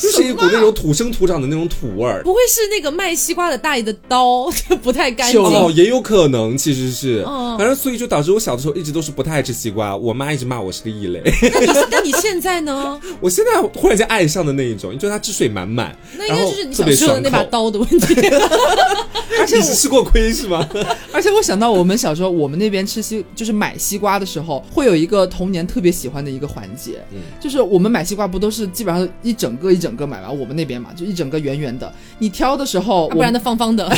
B: 就是一股那种土生土长的那种土味儿。
A: 不会是那个卖西瓜的大爷的刀不太干净
C: 就？
B: 哦，也有可能，其实是，
A: 嗯
B: 反正所以就导致我小的时候一直都是不太爱吃西瓜，我妈一直骂我是个异类。
A: 那你那你现在呢？
B: 我现在忽然间爱上的那一种，你觉得它汁水满满，
A: 那应
B: 然
A: 该
B: 后
A: 就是你
B: 特
A: 小
B: 别
A: 时候的
B: 爽
A: 那把
B: 口。
A: 刀的问题。
C: 而且
B: 你
C: 我
B: 是吃过亏是 吗？
C: 而且我想到我们小时候，我们那边吃西就是买西瓜的时候，会有一个童年特别喜欢的一个环节，
B: 嗯
C: 就是我们买西瓜不都是基本上一整个一整个买完，我们那边嘛就一整个圆圆的，你挑的时候，
A: 啊不然
C: 呢，
A: 的方 方的，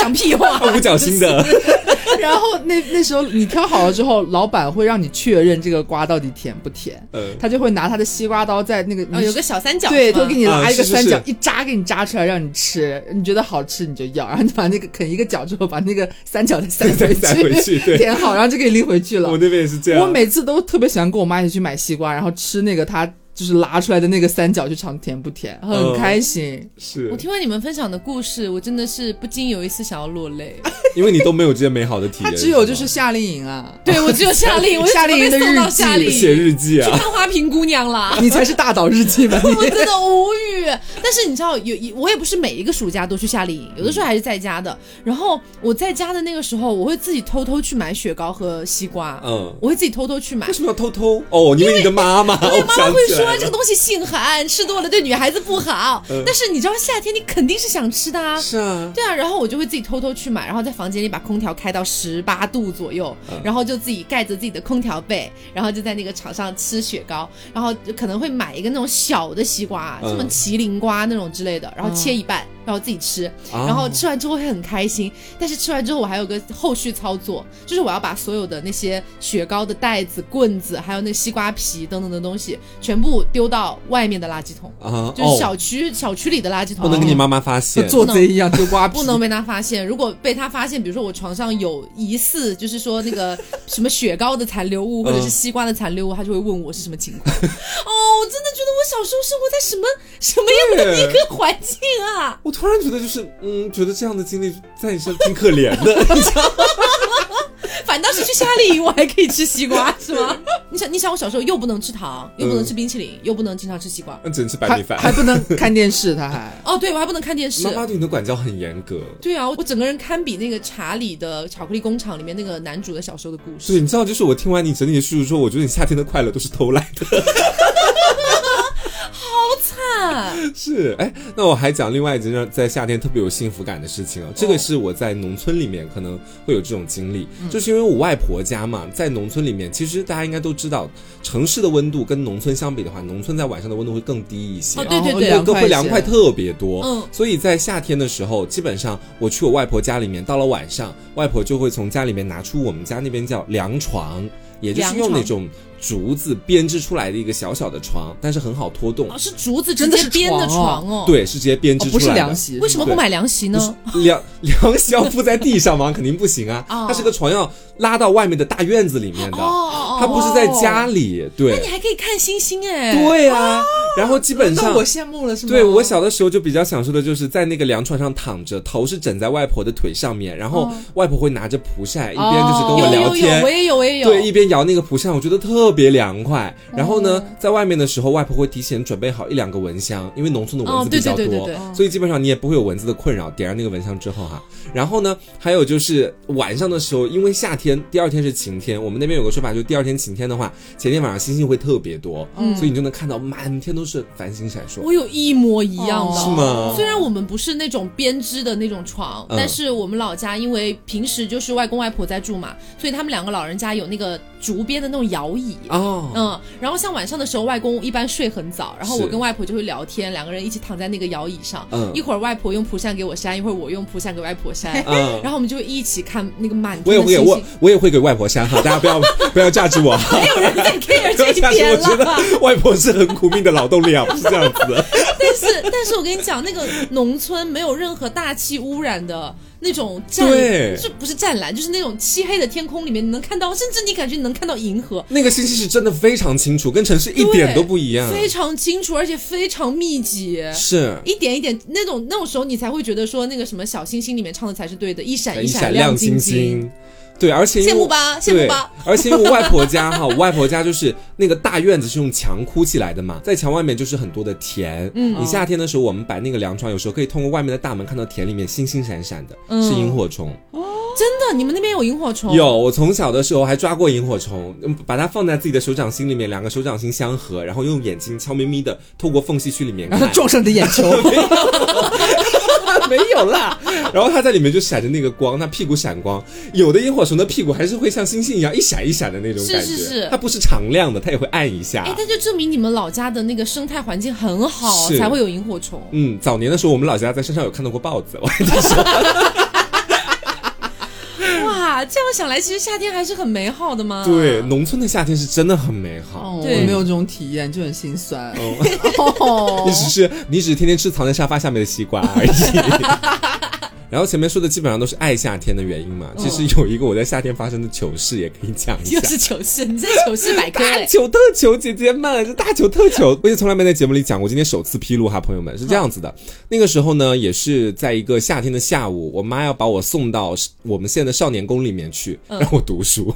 A: 讲屁话。
B: 五角星的，
C: 然后那那时候你挑好了之后，老板会让你确认这个瓜到底甜不甜，
B: 嗯，
C: 他就会拿他的西瓜刀在那个、
A: 哦，有个小三角，
C: 对，
A: 是吗
C: 就给你拉一个
B: 啊是是
C: 三角，
B: 是
C: 一扎给你扎出来让你吃，你觉得好吃你就要，然后你把那个啃一个角之后，把那个三角再塞
B: 再塞回去 对
C: 填好，然后就给拎回去了
B: 我。那边也是这样。
C: 我每次都特别喜欢跟我妈一起去买西瓜，然后吃那个她就是拉出来的那个三角，去尝甜不甜，很
B: 嗯
C: 开心。
B: 是
A: 我听完你们分享的故事，我真的是不禁有一丝想要落泪。
B: 因为你都没有这些美好的体
C: 她
B: 验，
C: 只有就是夏令营啊，
A: 对我只有夏令，我就
C: 夏令营
A: 被
C: 的
A: 送到
C: 日记
A: 夏令
B: 是吗啊写
A: 营
B: 日记
A: 去
B: 啊，
A: 看花瓶姑娘啦。
C: 你才是大岛日记吧？
A: 我真的无语。但是你知道，有一我也不是每一个暑假都去夏令营，有的时候还是在家的。然后我在家的那个时候，我会自己偷偷去买雪糕和西瓜，
B: 嗯。
A: 我会自己偷偷去买
B: 为。什么要偷偷？哦，因为你的妈妈，
A: 因为
B: 我
A: 妈妈
B: 想
A: 会
B: 起来
A: 说
B: 了
A: 这个东西性寒，吃多了对女孩子不好。
B: 嗯
A: 但是你知道夏天你肯定是想吃的啊。
B: 是啊，
A: 对啊，然后我就会自己偷偷去买，然后在房间里把空调开到十八度左右，
B: 嗯
A: 然后就自己盖着自己的空调被，然后就在那个场上吃雪糕，然后可能会买一个那种小的西瓜，
B: 嗯
A: 什么麒麟瓜那种之类的，然后切一半，然后自己吃，然后
B: 啊
A: 吃完之后会很开心。但是吃完之后我还有个后续操作，就是我要把所有的那些雪糕的袋子、棍子，还有那西瓜皮等等的东西，全部丢到外面的垃圾桶，
B: 啊，
A: 就是
B: 哦
A: 小区、小区里的垃圾桶。
B: 不能给你妈妈发现
C: 跟。做贼一样丢瓜皮
A: 不。能被他发现。如果被他发现，比如说我床上有疑似，就是说那个什么雪糕的残留物或者是西瓜的残留物，他就会问我是什么情 况。哦，我真的觉得我小时候生活在什么什么样的一个环境啊！
B: 我突然觉得就是，嗯，觉得这样的经历在你身上挺可怜 的，你知道吗？
A: 反倒是去夏令营，我还可以吃西瓜，是 吗？你想，你想，我小时候又不能吃糖，又不能吃冰淇淋，又不能经常吃西瓜。
B: 那只能吃白
C: 还
B: 米饭。
C: 还不能看电视，他还
A: 哦，对，我还不能看电视
B: 妈。妈对你的管教很严格。
A: 对啊，我整个人堪比那个查理的《巧克力工厂》里面那个男主的小时候的故事
B: 对，。你知道，就是我听完你整体的叙述之后，我觉得你夏天的快乐都是偷来的。
A: 啊，
B: 是，哎，那我还讲另外一件让在夏天特别有幸福感的事情啊，这个是我在农村里面可能会有这种经历，就是因为我外婆家嘛，在农村里面，其实大家应该都知道，城市的温度跟农村相比的话，农村在晚上的温度会更低一些。
A: 哦对对对
B: 会
C: 凉
B: 更
C: 快
B: 会
C: 一
B: 凉
C: 些
B: 快特别多，
A: 嗯
B: 所以在夏天的时候，基本上我去我外婆家里面，到了晚上，外婆就会从家里面拿出我们家那边叫凉床，也就是用那种竹子编织出来的一个小小的床，但是很好拖动
A: 哦，。是竹子直
C: 真的
A: 接
C: 是
A: 编的
C: 床
A: 床哦。，
B: 对，是直接编
C: 哦
B: 织出
C: 不
B: 来的。
C: 是凉席，
A: 为什么不
B: 对
A: 买凉席
B: 不
A: 呢？
B: 是 凉凉席要铺在地上吗？肯定不行啊！
A: 哦
B: 它是个床要拉到外面的大院子里面的，
A: 哦哦
B: 它
A: 哦，
B: 不是在家里。
A: 你
B: 对，
A: 还可以看星星哎。
B: 对啊。然后基本
C: 那
B: 上
C: 我羡慕了是吗？
B: 对我小的时候就比较享受的就是在那个凉床上躺着，头是枕在外婆的腿上面，然后外婆会拿着蒲扇，一边就是跟
A: 有哦
B: 我
A: 有
B: 聊
A: 有
B: 天。
A: 我也有，我也有。
B: 对，一边摇那个蒲扇，我觉得特别凉快。然后
A: 哦
B: 呢，在外面的时候，外婆会提前准备好一两个蚊香，因为农村的蚊
A: 哦
B: 子
A: 对
B: 比较
A: 对对对
B: 多
A: 对，
B: 所以基本上你也不会有蚊子的困扰。点燃那个蚊香之后哈，然后呢，还有就是晚上的时候，因为夏天第二天是晴天，我们那边有个说法，就第二天晴天的话，前天晚上星星会特别多，所以你就能看到满天都是繁星闪烁。
A: 我有一模一样的。
C: 哦
B: 是吗
A: 虽然我们不是那种编织的那种床，
B: 嗯
A: 但是我们老家因为平时就是外公外婆在住嘛，所以他们两个老人家有那个竹编的那种摇椅。
B: 哦，
A: 嗯，然后像晚上的时候，外公一般睡很早，然后
B: 是
A: 我跟外婆就会聊天，两个人一起躺在那个摇椅上，
B: 嗯
A: 一会儿外婆用蒲扇给我扇，一会儿我用蒲扇给外婆扇，
B: 嗯
A: 然后我们就一起看那个满
B: 我也
A: 天的
B: 会给
A: 星
B: 我
A: 星。
B: 我也会给外婆扇哈，大家不要不要榨汁我哈，
A: 没有人在 care
B: 不
A: 这
B: 要
A: 一
B: 榨汁，我
A: 点
B: 觉
A: 了。
B: 得外婆是很苦命的劳动力啊，不是这样子的。
A: 但是，但是我跟你讲，那个农村没有任何大气污染的那种湛
B: 对，
A: 就不是湛蓝，就是那种漆黑的天空里面，你能看到，甚至你感觉你能看到银河，
B: 那个信息是真的非常清楚，跟城市一点都不一样，
A: 非常清楚，而且非常密集。
B: 嗯是。
A: 一点一点，那种那种时候，你才会觉得说那个什么小星星里面唱的才是对的，一闪
B: 一
A: 闪
B: 闪亮
A: 晶
B: 晶。晶。对，而且因为
A: 羡慕吧羡慕吧。
B: 对而且因为我外婆家哈，我 外婆家就是那个大院子是用墙箍起来的嘛，在墙外面就是很多的田。嗯，
C: 哦
B: 你夏天的时候，我们摆那个凉床，有时候可以通过外面的大门看到田里面星星闪闪的，是萤火虫。
A: 真的，你们那边有萤火虫？
B: 有，我从小的时候还抓过萤火虫，嗯把它放在自己的手掌心里面，两个手掌心相合，然后用眼睛悄咪咪的透过缝隙去里面
C: 然
B: 看
C: 后。它撞上你的眼球，
B: 没有啦。然后它在里面就闪着那个光，它屁股闪光。有的萤火虫的屁股还是会像星星一样一闪一闪的那种
A: 是
B: 感觉，
A: 是是
B: 它不是常亮的，它也会暗一下
A: 哎，。但就证明你们老家的那个生态环境很好，
B: 是
A: 才会有萤火虫。
B: 嗯，早年的时候我们老家在山上有看到过豹子，我
A: 哇，这样想来，其实夏天还是很美好的嘛。
B: 嗯对，啊农村的夏天是真的很美好。
C: 哦，我
A: 对
C: 没有这种体验，就很心酸。
B: 你只是你只是天天吃藏在沙发下面的西瓜 而已。然后前面说的基本上都是爱夏天的原因嘛，其实有一个我在夏天发生的糗事也可以讲一下
A: 又。哦是糗事，你在糗事百科
B: 大
A: 哎。
B: 糗特糗，姐姐们，这大糗特糗，我也从来没在节目里讲过，今天首次披露哈，朋友们是这样子的。那个时候呢，也是在一个夏天的下午，我妈要把我送到我们县的少年宫里面去，让我读书。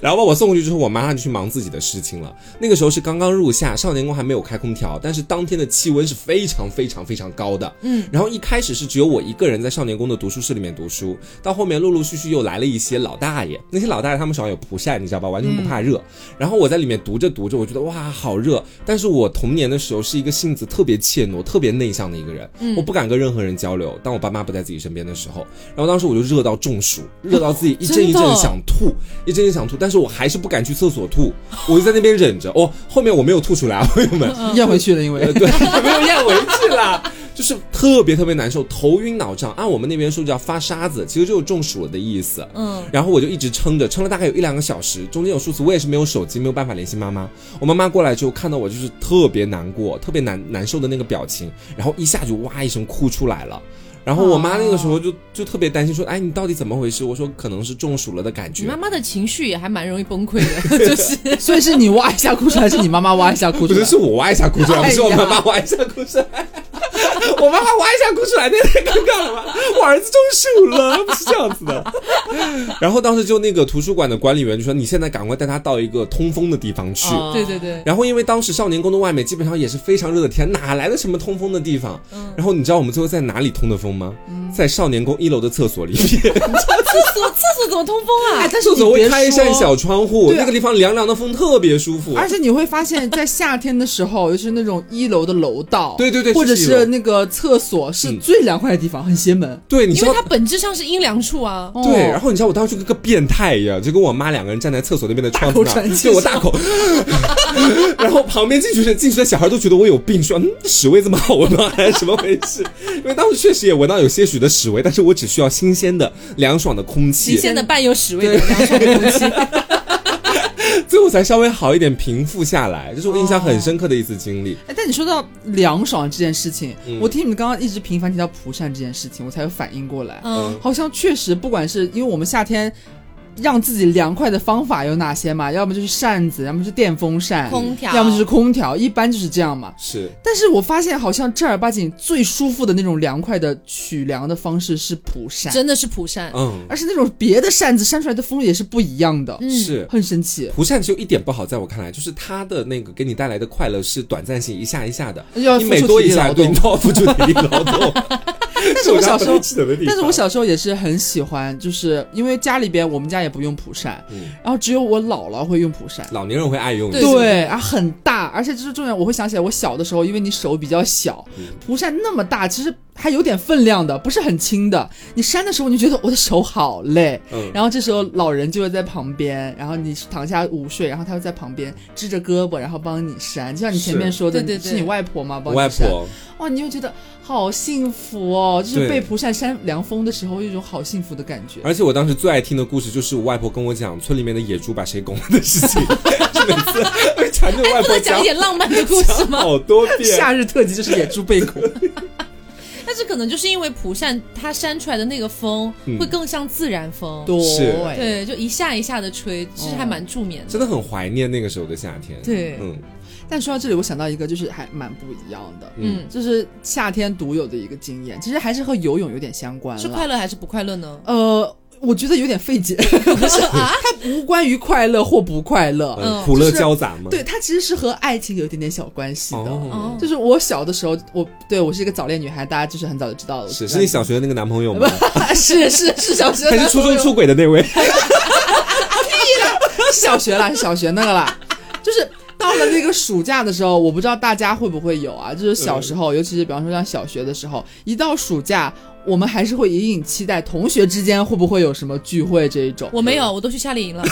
B: 然后把我送过去之后，我妈她就去忙自己的事情了。那个时候是刚刚入夏，少年宫还没有开空调，但是当天的气温是非常非常非常高的。嗯，然后一开始是只有我一个人在少年宫的读书室里面读书，到后面陆陆续续又来了一些老大爷，那些老大爷他们手上有蒲扇，你知道吧，完全不怕热。然后我在里面读着读着，我觉得哇好热，但是我童年的时候是一个性子特别怯懦、特别内向的一个人，我不敢跟任何人交流。当我爸妈不在自己身边的时候，然后当时我就热到中暑，热到自己一阵一
A: 真
B: 阵
A: 的
B: 地想吐，一阵一阵想吐，但是我还是不敢去厕所吐，我就在那边忍着。哦，后面我没有吐出来， 啊，朋友们，
C: 咽回去了，因
B: 呃，
C: 为
B: 对，没有咽回去啦，就是特别特别难受，头晕脑胀，啊按我们那边说叫发沙子，其实就是中暑了的意思。
A: 嗯，
B: 然后我就一直撑着，撑了大概有一两个小时，中间有数次我也是没有手机，没有办法联系妈妈。我妈妈过来之后看到我就是特别难过，特别难难受的那个表情，然后一下就哇一声哭出来了。然后我妈那个时候就就特别担心，说：“哎，你到底怎么回事？”我说：“可能是中暑了的感
A: 你
B: 觉。”
A: 妈妈的情绪也还蛮容易崩溃 的，就是
C: 所以是你哇一下哭出来，还是你妈妈哇一下啊哭
B: 不
C: 出来
B: 是，？是我哇一下哭出来，
C: 哎呀
B: 不是我妈妈哇一下哭出来。我妈妈哇一下哭出来，那太尴尬了吧？ 我儿子中暑了，不是这样子的。然后当时就那个图书馆的管理员就说：“你现在赶快带他到一个通风的地方去。
C: 哦
A: 对对对，
B: 然后因为当时少年宫的外面基本上也是非常热的天，哪来的什么通风的地方？然后你知道我们最后在哪里通的风吗？在少年宫一楼的厕所里 面，
A: 厕所 厕所怎么通风
C: 哎
A: 啊？
C: 但是
B: 厕
C: 你
B: 所会
C: 别
B: 开一扇
C: 说
B: 小窗户，
C: 对啊
B: 那个地方凉凉的风特别舒服。
C: 而且你会发现，在夏天的时候，尤其是那种一楼的楼道，
B: 对对对
C: 或者
B: 是一楼
C: 是那个厕所，是
B: 嗯
C: 最凉快的地方，很邪门。哦
B: 对，你知
A: 因
B: 哦道
A: 为它本质上是阴凉处啊。
B: 对，然
C: 后
B: 后你知道我当时就跟个变态一样，就跟我妈两个人站在厕所那边的窗
C: 口
B: 子那
C: 喘
B: 儿，
C: 气
B: 对我大口， 然后旁边进去的进去的小孩都觉得我有病，说嗯屎味这么好闻吗？还是什么回事？因为当时确实也闻到有些许的屎味，但是我只需要新鲜的、凉爽的
A: 新
B: 空气。
A: 鲜的伴有屎味的凉爽空气，
B: 最后才稍微好一点，平复下来。这是我印象很深刻的一次经历。
C: 哎，但你说到凉爽这件事情，
B: 嗯
C: 我听你们刚刚一直频繁提到蒲扇这件事情，我才有反应过来，
A: 嗯，
C: 好像确实不管是因为我们夏天。让自己凉快的方法有哪些嘛？要么就是扇子，要么就是电风扇，
A: 空调
C: 要么就是空调，一般就是这样嘛。
B: 是
C: 但是我发现好像正儿八经最舒服的那种凉快的取凉的方式是蒲扇，
A: 真的是蒲扇，
B: 嗯，
C: 而且那种别的扇子扇出来的风也是不一样的，
A: 嗯
B: 是。
C: 很神奇。
B: 蒲扇只有一点不好，在我看来，就是它的那个给你带来的快乐是短暂性，一下一下的，
C: 要
B: 你
C: 付
B: 每
C: 出
B: 多
C: 体
B: 一
C: 力
B: 下，
C: 劳
B: 对
C: 动
B: 你都要付出体力劳动。
C: 但
B: 但
C: 是我小时候，
B: 的地方
C: 但是我小时候也是很喜欢，就是因为家里边我们家也不用蒲扇，
B: 嗯
C: 然后只有我姥姥会用蒲扇。
B: 老年人会爱用
A: 对
B: 这个
C: 对啊，很大，而且就是重点，我会想起来我小的时候，因为你手比较小，
B: 嗯
C: 蒲扇那么大，其实还有点分量的，不是很轻的。你扇的时候，你就觉得我的手好累，
B: 嗯
C: 然后这时候老人就会在旁边，然后你躺下午睡，然后他会在旁边支着胳膊，然后帮你扇，就像你前面说的，
A: 是对对
C: 你
A: 对
C: 是你外婆吗？帮
B: 我
C: 你
B: 外
C: 扇
B: 婆，
C: 哇，你又觉得好幸福哦，就是
B: 对
C: 被蒲扇扇凉风的时候，有一种好幸福的感觉。
B: 而且我当时最爱听的故事就是我外婆跟我讲村里面的野猪把谁拱了的事 情，就每次会缠着我外
A: 不
B: 婆
A: 能讲一点浪漫的故事
B: 讲
C: 啊
A: 吗？
B: 好多遍。
C: 夏日特辑就是野猪被 拱，
A: 但是可能就是因为蒲扇它扇出来的那个风
B: 嗯
A: 会更像自然风，
B: 是
C: 对，
A: 对，就一下一下的吹，其实还蛮助眠的。
B: 真的很怀念那个时候的夏天。
A: 对
B: 嗯，
C: 但说到这里，我想到一个，就是还蛮不一样的，
A: 嗯，
C: 就是夏天独有的一个经验，其实还是和游泳有点相关了。
A: 是快乐还是不快乐 呢？啊
C: 呃，我觉得有点费解，它无关于快乐或不快乐，
B: 嗯
A: 嗯
B: 苦乐
C: 就是
B: 交杂嘛。
C: 对，，它其实是和爱情有一点点小关系的。
B: 哦，
A: 哦
C: 就是我小的时候，我对我是一个早恋女孩，大家就是很早就知道了。
B: 是是你小学的那个男朋友吗？
C: 是是是小学，
B: 还是初中出轨的那 位？
C: 小学啦，是小学那个啦，就是到了那个暑假的时候，我不知道大家会不会有啊，就是小时候，尤其是比方说像小学的时候，一到暑假，我们还是会隐隐期待同学之间会不会有什么聚会这一种。
A: 我没有，我都去夏令营 了。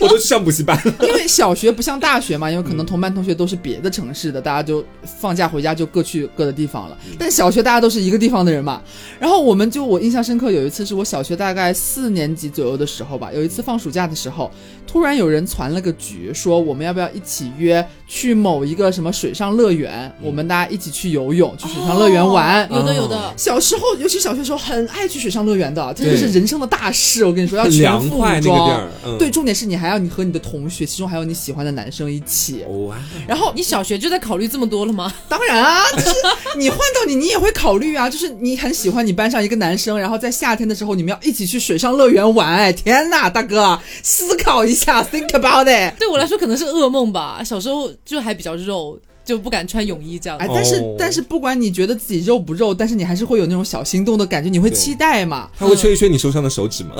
B: 我都去上补习班了。
C: 因为小学不像大学嘛，因为可能同班同学都是别的城市的，大家就放假回家就各去各的地方了。
B: 嗯
C: 但小学大家都是一个地方的人嘛，然后我们就我印象深刻，有一次是我小学大概四年级左右的时候吧，有一次放暑假的时候，突然有人传了个局，说我们要不要一起约去某一个什么水上乐园，
B: 嗯
C: 我们大家一起去游泳，去水上乐园玩。
B: 哦
A: 哦
C: 哦
A: 有的有的，
C: 小时候，尤其小学时候，很爱去水上乐园的，这就是人生的大事。我跟你说，要
B: 很
C: 全
B: 凉
C: 副武
B: 快那个地
C: 装
B: 儿嗯
C: 对，重点是你还要你和你的同学，其中还有你喜欢的男生一起。
B: 哦哇，
C: 然后
A: 你小学就在考虑这么多了 吗？
C: 当然啊，就是你换到你，你也会考虑啊。就是你很喜欢你班上一个男生，然后在夏天的时候你们要一起去水上乐园玩。哎，天呐，大哥，思考一下，think about it。
A: 对我来说可能是噩梦吧。小时候就还比较肉，就不敢穿泳衣这样。
C: 哎，但是、
B: 哦
C: 但是不管你觉得自己肉不肉，但是你还是会有那种小心动的感觉，你会
B: 对
C: 期待嘛。
B: 他会吹一吹你受伤的手指吗？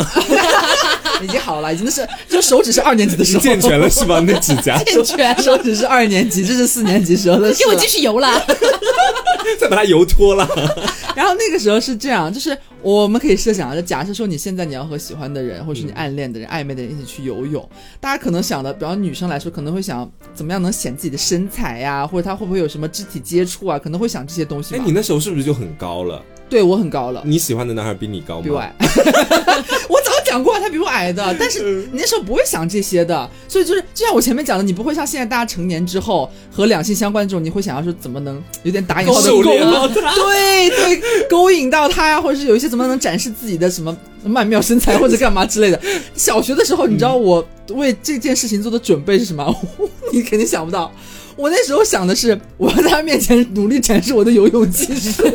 C: 已经好了，已经那是就手指是二年级的时 候
B: 健 全了是吧？那指甲
A: 健全了
C: 手指是二年级，这是啊四年级时候的事
A: 给我
C: 了
A: 继。续游 了，
B: 再把它油脱了。
C: 然后那个时候是这样，就是我们可以设想啊，就假设说你现在你要和喜欢的人，或是你暗恋的人、暧昧的人一起去游泳，大家可能想的，比方女生来说，可能会想怎么样能显自己的身材呀、或者她会不会有什么肢体接触啊，可能会想这些东西
B: 哎，
C: 吧。
B: 你那嗯时候是不是就很高了？
C: 对我很高了。
B: 你喜欢的男孩比你高
C: 比我
B: 吗？
C: 矮， 我早讲过他比我矮的，但是你那时候不会想这些的，所以就是就像我前面讲的，你不会像现在大家成年之后和两性相关这种，你会想要说怎么能有点打引号的
B: 勾
C: 勾
B: 引到
C: 对对，勾引到他呀，或者是有一些怎么能展示自己的什么曼妙身材或者干嘛之类的。小学的时候，你知道我为这件事情做的准备是什么？ 你肯定想不到。我那时候想的是，我要在他面前努力展示我的游泳技术。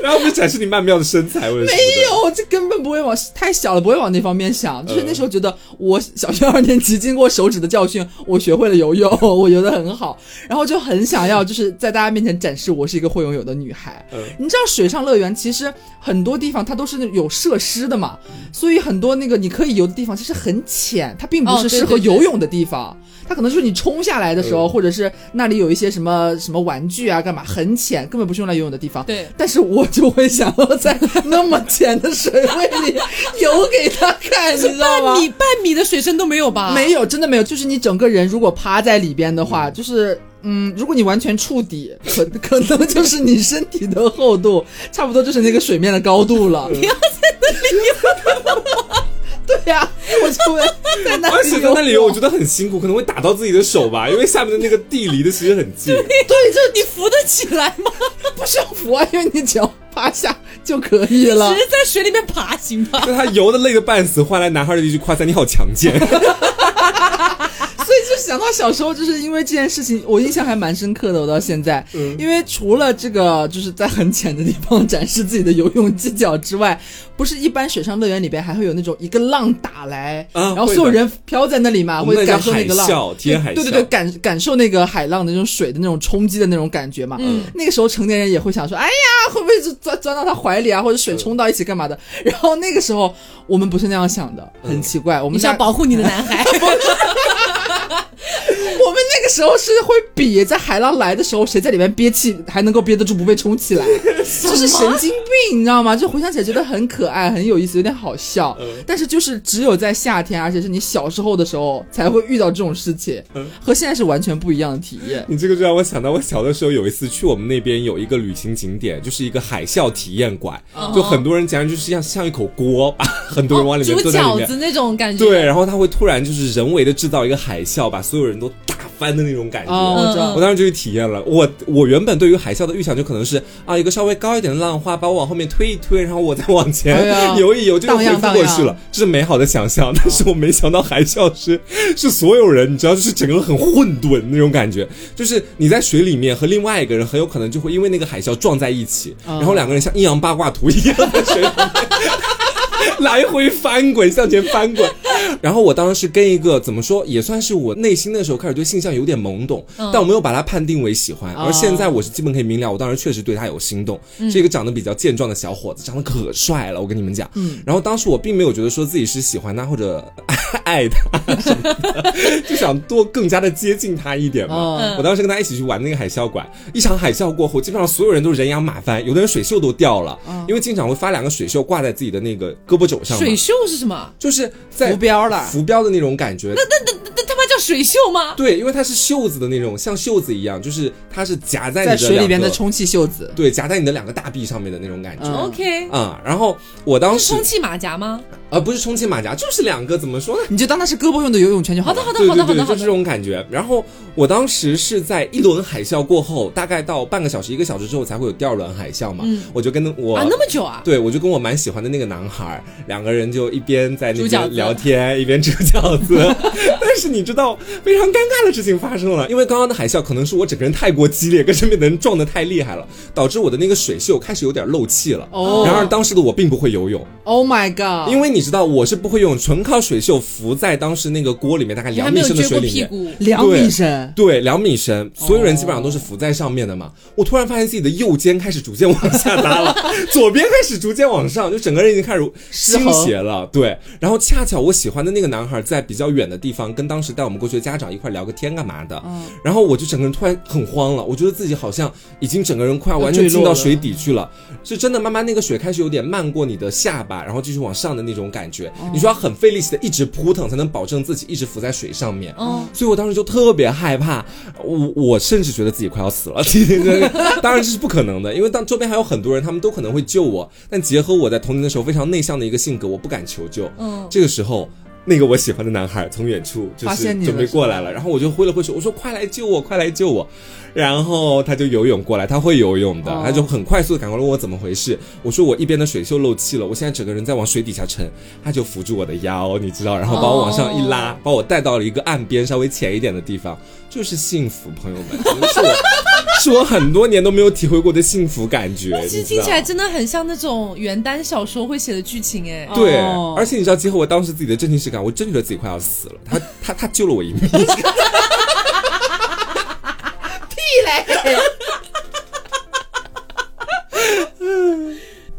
B: 然后我们展示你曼妙的身材，或者什么
C: 没
B: 的。
C: 有，这根本不会往太小了，不会往那方面想。就是那时候觉得，我小学二年级经过手指的教训，我学会了游泳， 我游得很好，然后就很想要，就是在大家面前展示我是一个会游泳的女孩。
B: 嗯
C: 你知道水上乐园其实很多地方它都是有设施的嘛，所以很多那个你可以游的地方其实很浅，它并不
A: 哦
C: 是
A: 对
C: 适合
A: 对对
C: 游泳的地方。它可能就是你冲下来的时候，
B: 嗯
C: 或者是那里有一些什么什么玩具啊，干嘛很浅，根本不是用来游泳的地方。
A: 对
C: 但是我就会想要在那么浅的水位里游给他 看，你知道吗
A: 半？米半米的水深都没有
B: 啊
A: 吧？
C: 没有，真的没有。就是你整个人如果趴在里边的话，就是嗯，如果你完全触底，可 可能就是你身体的
B: 嗯
C: 厚度，差不多就是那个水面的高度了。
A: 你要在那里游，
C: 对呀、我就会在那
B: 而
C: 里
B: 且
C: 游
B: 在
C: 泳，
B: 那里游，我觉得很辛苦，可能会打到自己的手吧，因为下面的那个地离的其实很近。
C: 对，这
A: 你扶得起来吗？
C: 不需要扶啊，因为你只要趴下就可以了
A: 只。是在水里面爬行吧。
B: 那他游的累得半死，换来男孩的一句夸赞：“你好强健。
C: 所以就想到小时候，就是因为这件事情，我印象还蛮深刻的。我到现在，
B: 嗯
C: 因为除了这个就是在很浅的地方 展示自己的游泳技巧之外，不是一般水上乐园里边还会有那种一个浪打来，
B: 啊
C: 然后
B: 会
C: 所有
B: 的
C: 人飘在那里嘛，
B: 我们
C: 会
B: 那叫
C: 感受那个
B: 海
C: 浪
B: 啸，体验海
C: 对对
B: 啸
C: 对，感感受那个海浪的那种水的那种冲击的那种感觉嘛。
A: 嗯
C: 那个时候成年人也会想说，哎呀，会不会就钻钻到他怀里啊，或者
B: 嗯
C: 水冲到一起干嘛的？ 然后那个时候我们不是那样想的，
B: 嗯
C: 很奇怪，我
A: 你
C: 们
A: 是要
C: 家
A: 保护你的男 孩，
C: 我们那个时候是会比在海浪来的时候，谁在里面憋气还能够憋得住不被冲起 来，就是神经病，你知道吗？就回想起来觉得很可爱、很有意思，有点好笑。
B: 嗯
C: 但是就是只有在夏天，而且是你小时候的时候才会遇到这种事情，
B: 嗯
C: 和现在是完全不一样的体验”。
B: 你这个就让我想到，我小的时候有一次去我们那边有一个旅行景点，就是一个海啸体验馆，就很多人讲就是像像一口锅，把很多人往里面
A: 煮
B: 坐在里
A: 饺
B: 面。
A: 子那种感觉。
B: 对，然后他会突然就是人为的制造一个海啸，把所有人都打翻的那种感觉。
C: 哦，我知道
A: 嗯
B: 我当时就去体验了。我我原本对于海啸的预想就可能是啊，一个稍微高一点的浪花把我往后面推一推，然后我再往
C: 哎
B: 前
C: 呀
B: 游一游，就
C: 荡
B: 恢
C: 漾
B: 复过
C: 荡
B: 去
C: 漾哦
B: 了。这是美好的想象，但是我没想到海啸是是所有人，你知道，就是整个很混沌那种感觉。就是你在水里面和另外一个人很有可能就会因为那个海啸撞在一起，
C: 哦
B: 然后两个人像阴阳八卦图一样在水里面。 来回翻滚，向前翻滚。然后我当时跟一个怎么说，也算是我内心那时候开始对性向有点懵懂，但我没有把他判定为喜欢。而现在我是基本可以明了，我当时确实对他有心动。是一个长得比较健壮的小伙子，长得可帅了，我跟你们讲。然后当时我并没有觉得说自己是喜欢他或者爱他什么的，就想多更加的接近他一点嘛。
C: 嗯
B: 我当时跟他一起去玩那个海啸馆，一场海啸过后，基本上所有人都人仰马翻，有的人水袖都掉了，
C: 嗯
B: 因为经常会发两个水袖挂在自己的那个胳膊肘上嘛
A: 水，袖是什么？
B: 就是在
C: 浮标了
B: 浮标的那种感觉。
A: 那那那他妈叫水袖吗？
B: 对，因为它是袖子的那种，像袖子一样，就是它是夹在你
C: 在
B: 的
C: 水里
B: 两
C: 边的
B: 个
C: 充气袖子，
B: 对，夹在你的两个大臂上面的那种感觉。
C: 嗯
A: OK，
B: 啊、然后我当
A: 是
B: 时
A: 充气马甲吗？
B: 呃不是充气马甲，就是两个怎么说呢？
C: 你就当它是胳膊用的游泳圈就
A: 好
C: 好了
A: 的，。好的，
B: 对
A: 好的，
B: 对
A: 好
B: 对，
A: 的，
B: 就
A: 好
B: 这
A: 的。
B: 种感觉。然后我当时是在一轮海啸过后，大概到半个小时、一个小时之后才会有第二轮海啸嘛。我就跟我、
A: 啊，那么久啊？
B: 对，我就跟我蛮喜欢的那个男孩儿，两个人就一边在那
A: 煮饺
B: 边
A: 子
B: 聊天，一边煮饺子。 但是你知道，非常尴尬的事情发生了，因为刚刚的海啸可能是我整个人太过激烈，跟身边的人撞得太厉害了，导致我的那个水袖开始有点漏气了。
C: 哦
B: 然而当时的我并不会游泳，
C: Oh my god！
A: 啊
B: 因为你知道我是不会游泳，纯靠水袖浮在当时那个锅里面，大概
A: 你还
B: 两
A: 没有
B: 米深的
A: 撅过
B: 水里
A: 屁
B: 面。
A: 股，
C: 两
B: 对
C: 米深，哦
B: 对，两米深，所有人基本上都是浮在上面的嘛。我突然发现自己的右肩开始逐渐往下搭了， 左边开始逐渐往上，就整个人已经开始倾斜了。对，然后恰巧我喜欢的那个男孩在比较远的地方，跟当时带我们过去的家长一块聊个天干嘛的。
C: 嗯
B: 然后我就整个人突然很慌了，我觉得自己好像已经整个人快要完全
C: 坠落
B: 进到
C: 了
B: 水底去了，是真的。慢慢那个水开始有点漫过你的下巴，然后继续往上的那种感觉，
C: 哦
B: 你需要很费力气的一直扑腾，才能保证自己一直浮在水上面。
A: 嗯，
B: 所以我当时就特别害怕，我我甚至觉得自己快要死了。 当然这是不可能的，因为当周边还有很多人，他们都可能会救我。但结合我在童年的时候非常内向的一个性格，我不敢求救。
A: 嗯
B: 这个时候。那个我喜欢的男孩从远处就
C: 发
B: 是
C: 现你了
B: 准备过来了，然后我就挥了挥手，我说快来救我，快来救我，然后他就游泳过来，他会游泳的，
C: 哦
B: 他就很快速的赶过来问我怎么回事，我说我一边的水袖漏气了，我现在整个人在往水底下沉，他就扶住我的腰，你知道，然后把我往上一拉，把我带到了一个岸边稍微浅一点的地方，就是幸福，朋友们，是我是我很多年都没有体会过的幸福感觉，
A: 其
B: 你
A: 实
B: 知
A: 听
B: 道
A: 起来真的很像那种原耽小说会写的剧情哎。
B: 对，
C: 哦
B: 而且你知道，结合我当时自己的真情实感，我真觉得自己快要死了。他他他救了我一命，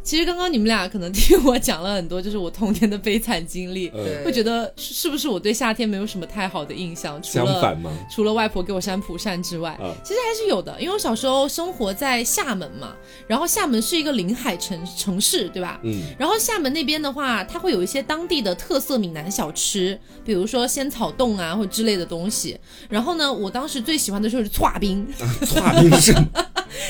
A: 其实刚刚你们俩可能听我讲了很多，就是我童年的悲惨经历，
B: 嗯
A: 会觉得是是不是我对夏天没有什么太好的印象？除
B: 相
A: 了
B: 反吗？
A: 除了外婆给我扇蒲扇之外，
B: 啊
A: 其实还是有的，因为我小时候生活在厦门嘛，然后厦门是一个临海城城市，对吧？
B: 嗯，
A: 然后厦门那边的话，它会有一些当地的特色闽南小吃，比如说仙草冻啊啊或之类的东西。然后呢，我当时最喜欢的就是搓冰，
B: 搓冰是什么？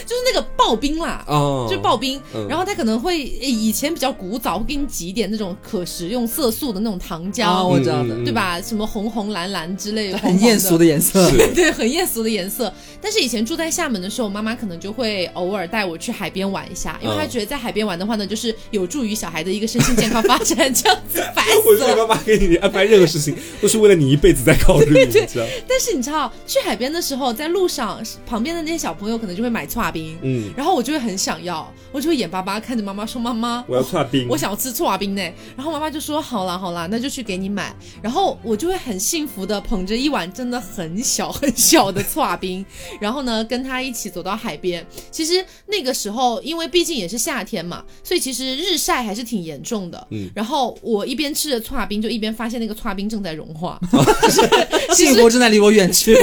A: 就是那个刨冰啦，
B: 哦，
A: 就刨冰，
B: 嗯
A: 然后它可能会以前比较古早，会给你挤一点那种可食用色素的那种糖浆，
C: 啊我知道的
B: 嗯嗯嗯
A: 对吧？什么红红蓝蓝之类，
C: 很艳俗
A: 的。
C: 的颜色。
B: 是
A: 对，很艳俗的颜色。但是以前住在厦门的时候，妈妈可能就会偶尔带我去海边玩一下，因为她
B: 嗯
A: 觉得在海边玩的话呢，就是有助于小孩的一个身心健康发展。 这样子烦
B: 我
A: 死
B: 觉得
A: 了。
B: 妈妈给你安排任何事情，都是为了你一辈子在考虑，你知道？
A: 但是你知道，去海边的时候，在路上旁边的那些小朋友可能就会买搓冰，
B: 嗯，
A: 然后我就会很想要，我就会眼巴巴看着妈妈说：“妈妈，
B: 我要跨冰，
A: 我想要吃搓瓦冰呢。然后妈妈就说好啦好啦，那就去给你买。然后我就会很幸福的捧着一碗真的很小很小的搓瓦冰，然后呢跟他一起走到海边。其实那个时候，因为毕竟也是夏天嘛，所以其实日晒还是挺严重的。
B: 嗯
A: 然后我一边吃着搓瓦冰，就一边发现那个搓啊瓦冰正在融化，其实
C: 幸福正在离我 远去，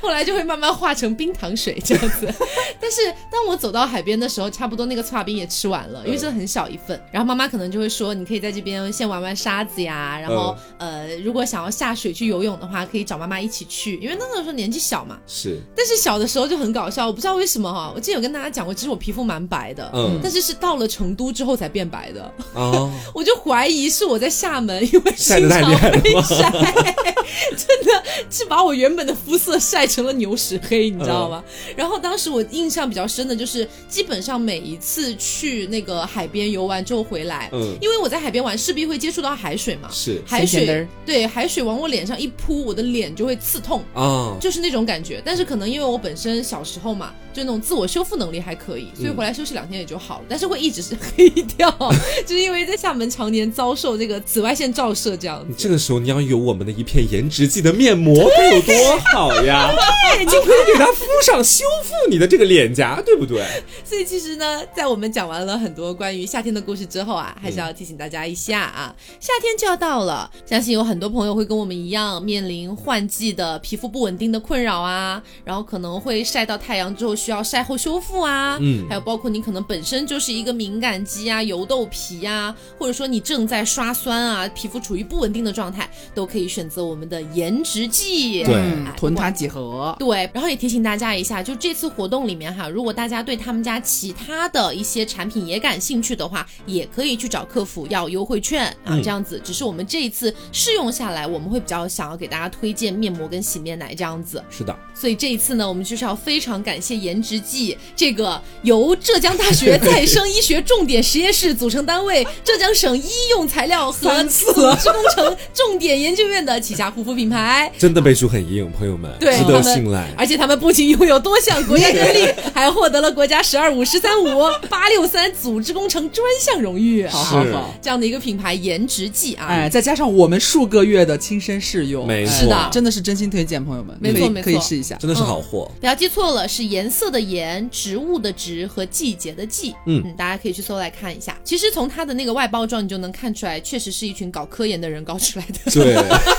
A: 后来就会慢慢化成冰糖水这样子。 但是当我走到海边的时候，差不多那个搓冰也吃完了，因为真的很小一份。然后妈妈可能就会说，你可以在这边先玩玩沙子呀，然后、呃，如果想要下水去游泳的话，可以找妈妈一起去，因为那个时候年纪小嘛。
B: 是，
A: 但是小的时候就很搞笑，我不知道为什么哈、我之前有跟大家讲过，其实我皮肤蛮白的。
B: 嗯
A: 但是是到了成都之后才变白的，
B: 哦，
A: 我就怀疑是我在厦门， 因为
B: 晒
A: 经
B: 得太
A: 常
B: 厉害了
A: 被
B: 吗
A: 晒， 真的是把我原本的肤色晒成了牛屎黑，你知道吗？
B: 嗯
A: 然后当时我印象比较深的就是，基本上每一次去那个海边游玩之后回来，
B: 嗯，
A: 因为我在海边玩势必会接触到海水嘛，
B: 是
A: 海
C: 咸咸的
A: 水
C: 儿
A: 对海水往我脸上一扑，我的脸就会刺痛。
B: 啊，
A: 就是那种感觉。但是可能因为我本身小时候嘛，就那种自我修复能力还可以，所以
B: 嗯
A: 回来休息两天也就好了。但是会一直是 黑掉，就是因为在厦门常年遭受这个紫外线照射这样
B: 你
A: 子。
B: 这个时候你要有我们的一片颜值剂的面膜，该有多好呀！你就可以给它敷上，修复你的这个脸颊，对不对？
A: 所以其实呢，在我们讲完了很多关于夏天的故事之后啊，还是
B: 嗯
A: 要提醒大家一下啊，夏天就要到了，相信有很多朋友会跟我们一样面临换季的皮肤不稳定的困扰啊，然后可能会晒到太阳之后需要晒后修复啊，
B: 嗯
A: 还有包括你可能本身就是一个敏感肌啊、油痘皮啊，或者说你正在刷酸啊，皮肤处于不稳定的状态，都可以选择我们的颜值剂。
B: 对
C: 嗯
A: 哎
C: 囤它几盒。
A: 对，然后也提醒大家一下，就这次活动里面哈，如果大家对他们家其他的一些产品也感兴趣的话，也可以去找客服要优惠券啊，
B: 嗯
A: 这样子。只是我们这一次试用下来，我们会比较想要给大家推荐面膜跟洗面奶这样子。
B: 是的，
A: 所以这一次呢，我们就是要非常感谢颜值记这个由浙江大学再生医学重点实验室组成单位、浙江省医用材料和
C: 三
A: 组
C: 次
A: 织工程重点研究院的旗下护肤品牌。
B: 真的背书很硬，朋友们，
A: 对
B: 值得信赖。
A: 而且他们不仅拥有多项国家专利，还获得了国家“十二五”“十三五”“八六三”组织工程专项荣誉。
C: 好好
B: 是
C: 好，
A: 这样的一个品牌颜值剂啊，
C: 哎，再加上我们数个月的亲身试用，
B: 没
C: 哎
B: 错是
A: 的
C: 真的是真心推荐，朋友们，
A: 没错
C: 可以
A: 没错
C: 可以试一
A: 嗯
C: 下。
B: 真的是好货，
A: 不要记错了，是颜色的颜、植物的植和季节的季。
B: 嗯
A: 大家可以去搜来看一下。其实从它的那个外包装，你就能看出来，确实是一群搞科研的人搞出来的。
B: 对，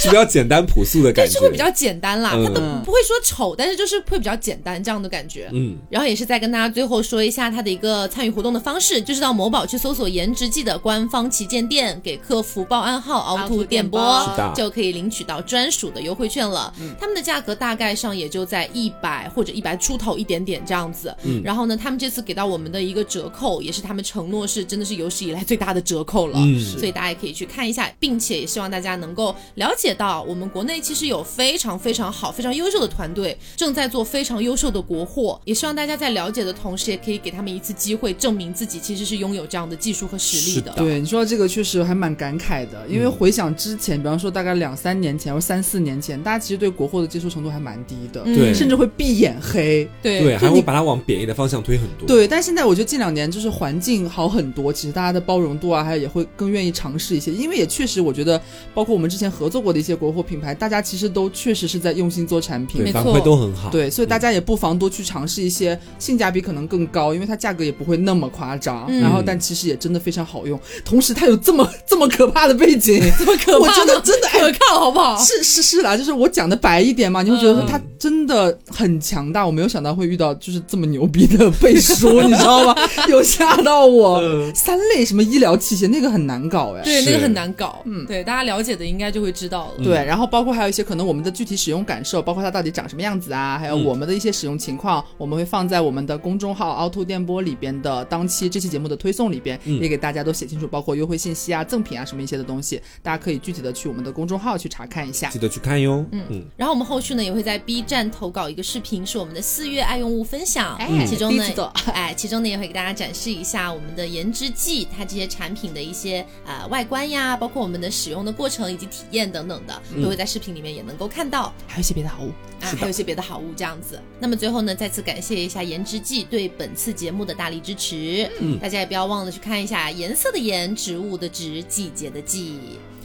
B: 是比较简单朴素的感
A: 但
B: 觉，
A: 是会比较简单啦，
B: 嗯
A: 它都不会说丑，但是就是会比较简单这样的感觉。
B: 嗯，
A: 然后也是再跟大家最后说一下它的一个参与活动的方式，就是到某宝去搜索“颜值记”的官方旗舰店，给客服报暗号“凹凸电波
B: 是”，的嗯
A: 就可以领取到专属的优惠券了。他们的价格大概上也就在一百或者一百出头一点点这样子。
B: 嗯
A: 然后呢，他们这次给到我们的一个折扣，也是他们承诺是真的是有史以来最大的折扣了。
B: 嗯
A: 所以大家也可以去看一下，并且也希望大家能够了解到，我们国内其实有非常非常好、非常优秀的团队正在做非常优秀的国货，也希望大家在了解的同时，也可以给他们一次机会，证明自己其实是拥有这样的技术和实力的。
B: 是的
C: 对你说到这个，确实还蛮感慨的，
B: 嗯
C: 因为回想之前，比方说大概两三年前或三四年前，大家其实对国货的接受程度还蛮低的，
A: 嗯
B: 对
C: 甚至会闭眼黑。
A: 对
B: 对，还
C: 你
B: 会把它往贬义的方向推很多，，
C: 对，但现在我觉得近两年就是环境好很多，其实大家的包容度啊，还有也会更愿意尝试一些，因为也确实我觉得，包括我们之前合作过的一些国货品牌，大家其实都确实是在用心做产品
A: 没
B: 对，。反
A: 错
B: 馈都很好，，嗯
C: 对，所以大家也不妨多去尝试一些性价比可能更高，因为它价格也不会那么夸张，
A: 嗯
C: 然后但其实也真的非常好用。同时，它有这么这么可怕的背 景，这么
A: 可怕
C: 我
A: 吗
C: 觉
A: 啊
C: 得真的哎
A: 可靠好不好？
C: 是是是啦，就是我讲的白一点嘛，你会觉得
B: 嗯
C: 它真的很强大。我没有想到会遇到就是这么牛逼的背书，你知 道吗？有吓到我。
B: 嗯
C: 三类什么医疗器械那个很难搞哎，
A: 对，
B: 是
A: 那个很难搞。嗯，
C: 嗯
A: 对，大家了解的应该就会知到了。
B: 嗯
C: 对，然后包括还有一些可能我们的具体使用感受，包括它到底长什么样子啊，还有我们的一些使用情况，我们会放在我们的公众号“凹凸电波”里边的当期这期节目的推送里边，也给大家都写清楚，包括优惠信息啊、赠品啊什么一些的东西，大家可以具体的去我们的公众号去查看一下
B: 记。得去看哟。嗯
A: 然后我们后续呢也会在 B 站投稿一个视频，是我们的四月爱用物分享，
C: 哎
A: 其中呢
C: 第一次做，
A: 哎，其中呢也会给大家展示一下我们的颜值剂，它这些产品的一些呃外观呀，包括我们的使用的过程以及体验等等的，都会在视频里面也能够看到。
C: 还有一些别的好物，
A: 啊，还有一些别的好物这样子。那么最后呢，再次感谢一下颜值记对本次节目的大力支持。嗯，大家也不要忘了去看一下颜色的颜、植物的植、季节的季。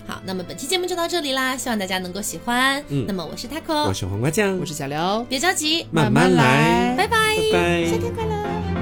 A: 好，那么本期节目就到这里啦，希望大家能够喜欢。
B: 嗯
A: 那么我是
B: 我
A: Taco，
B: 是黄瓜酱
C: 我，是小刘，
A: 别着急，
B: 慢慢来，
A: 拜拜，
B: 拜拜
A: 夏天快乐。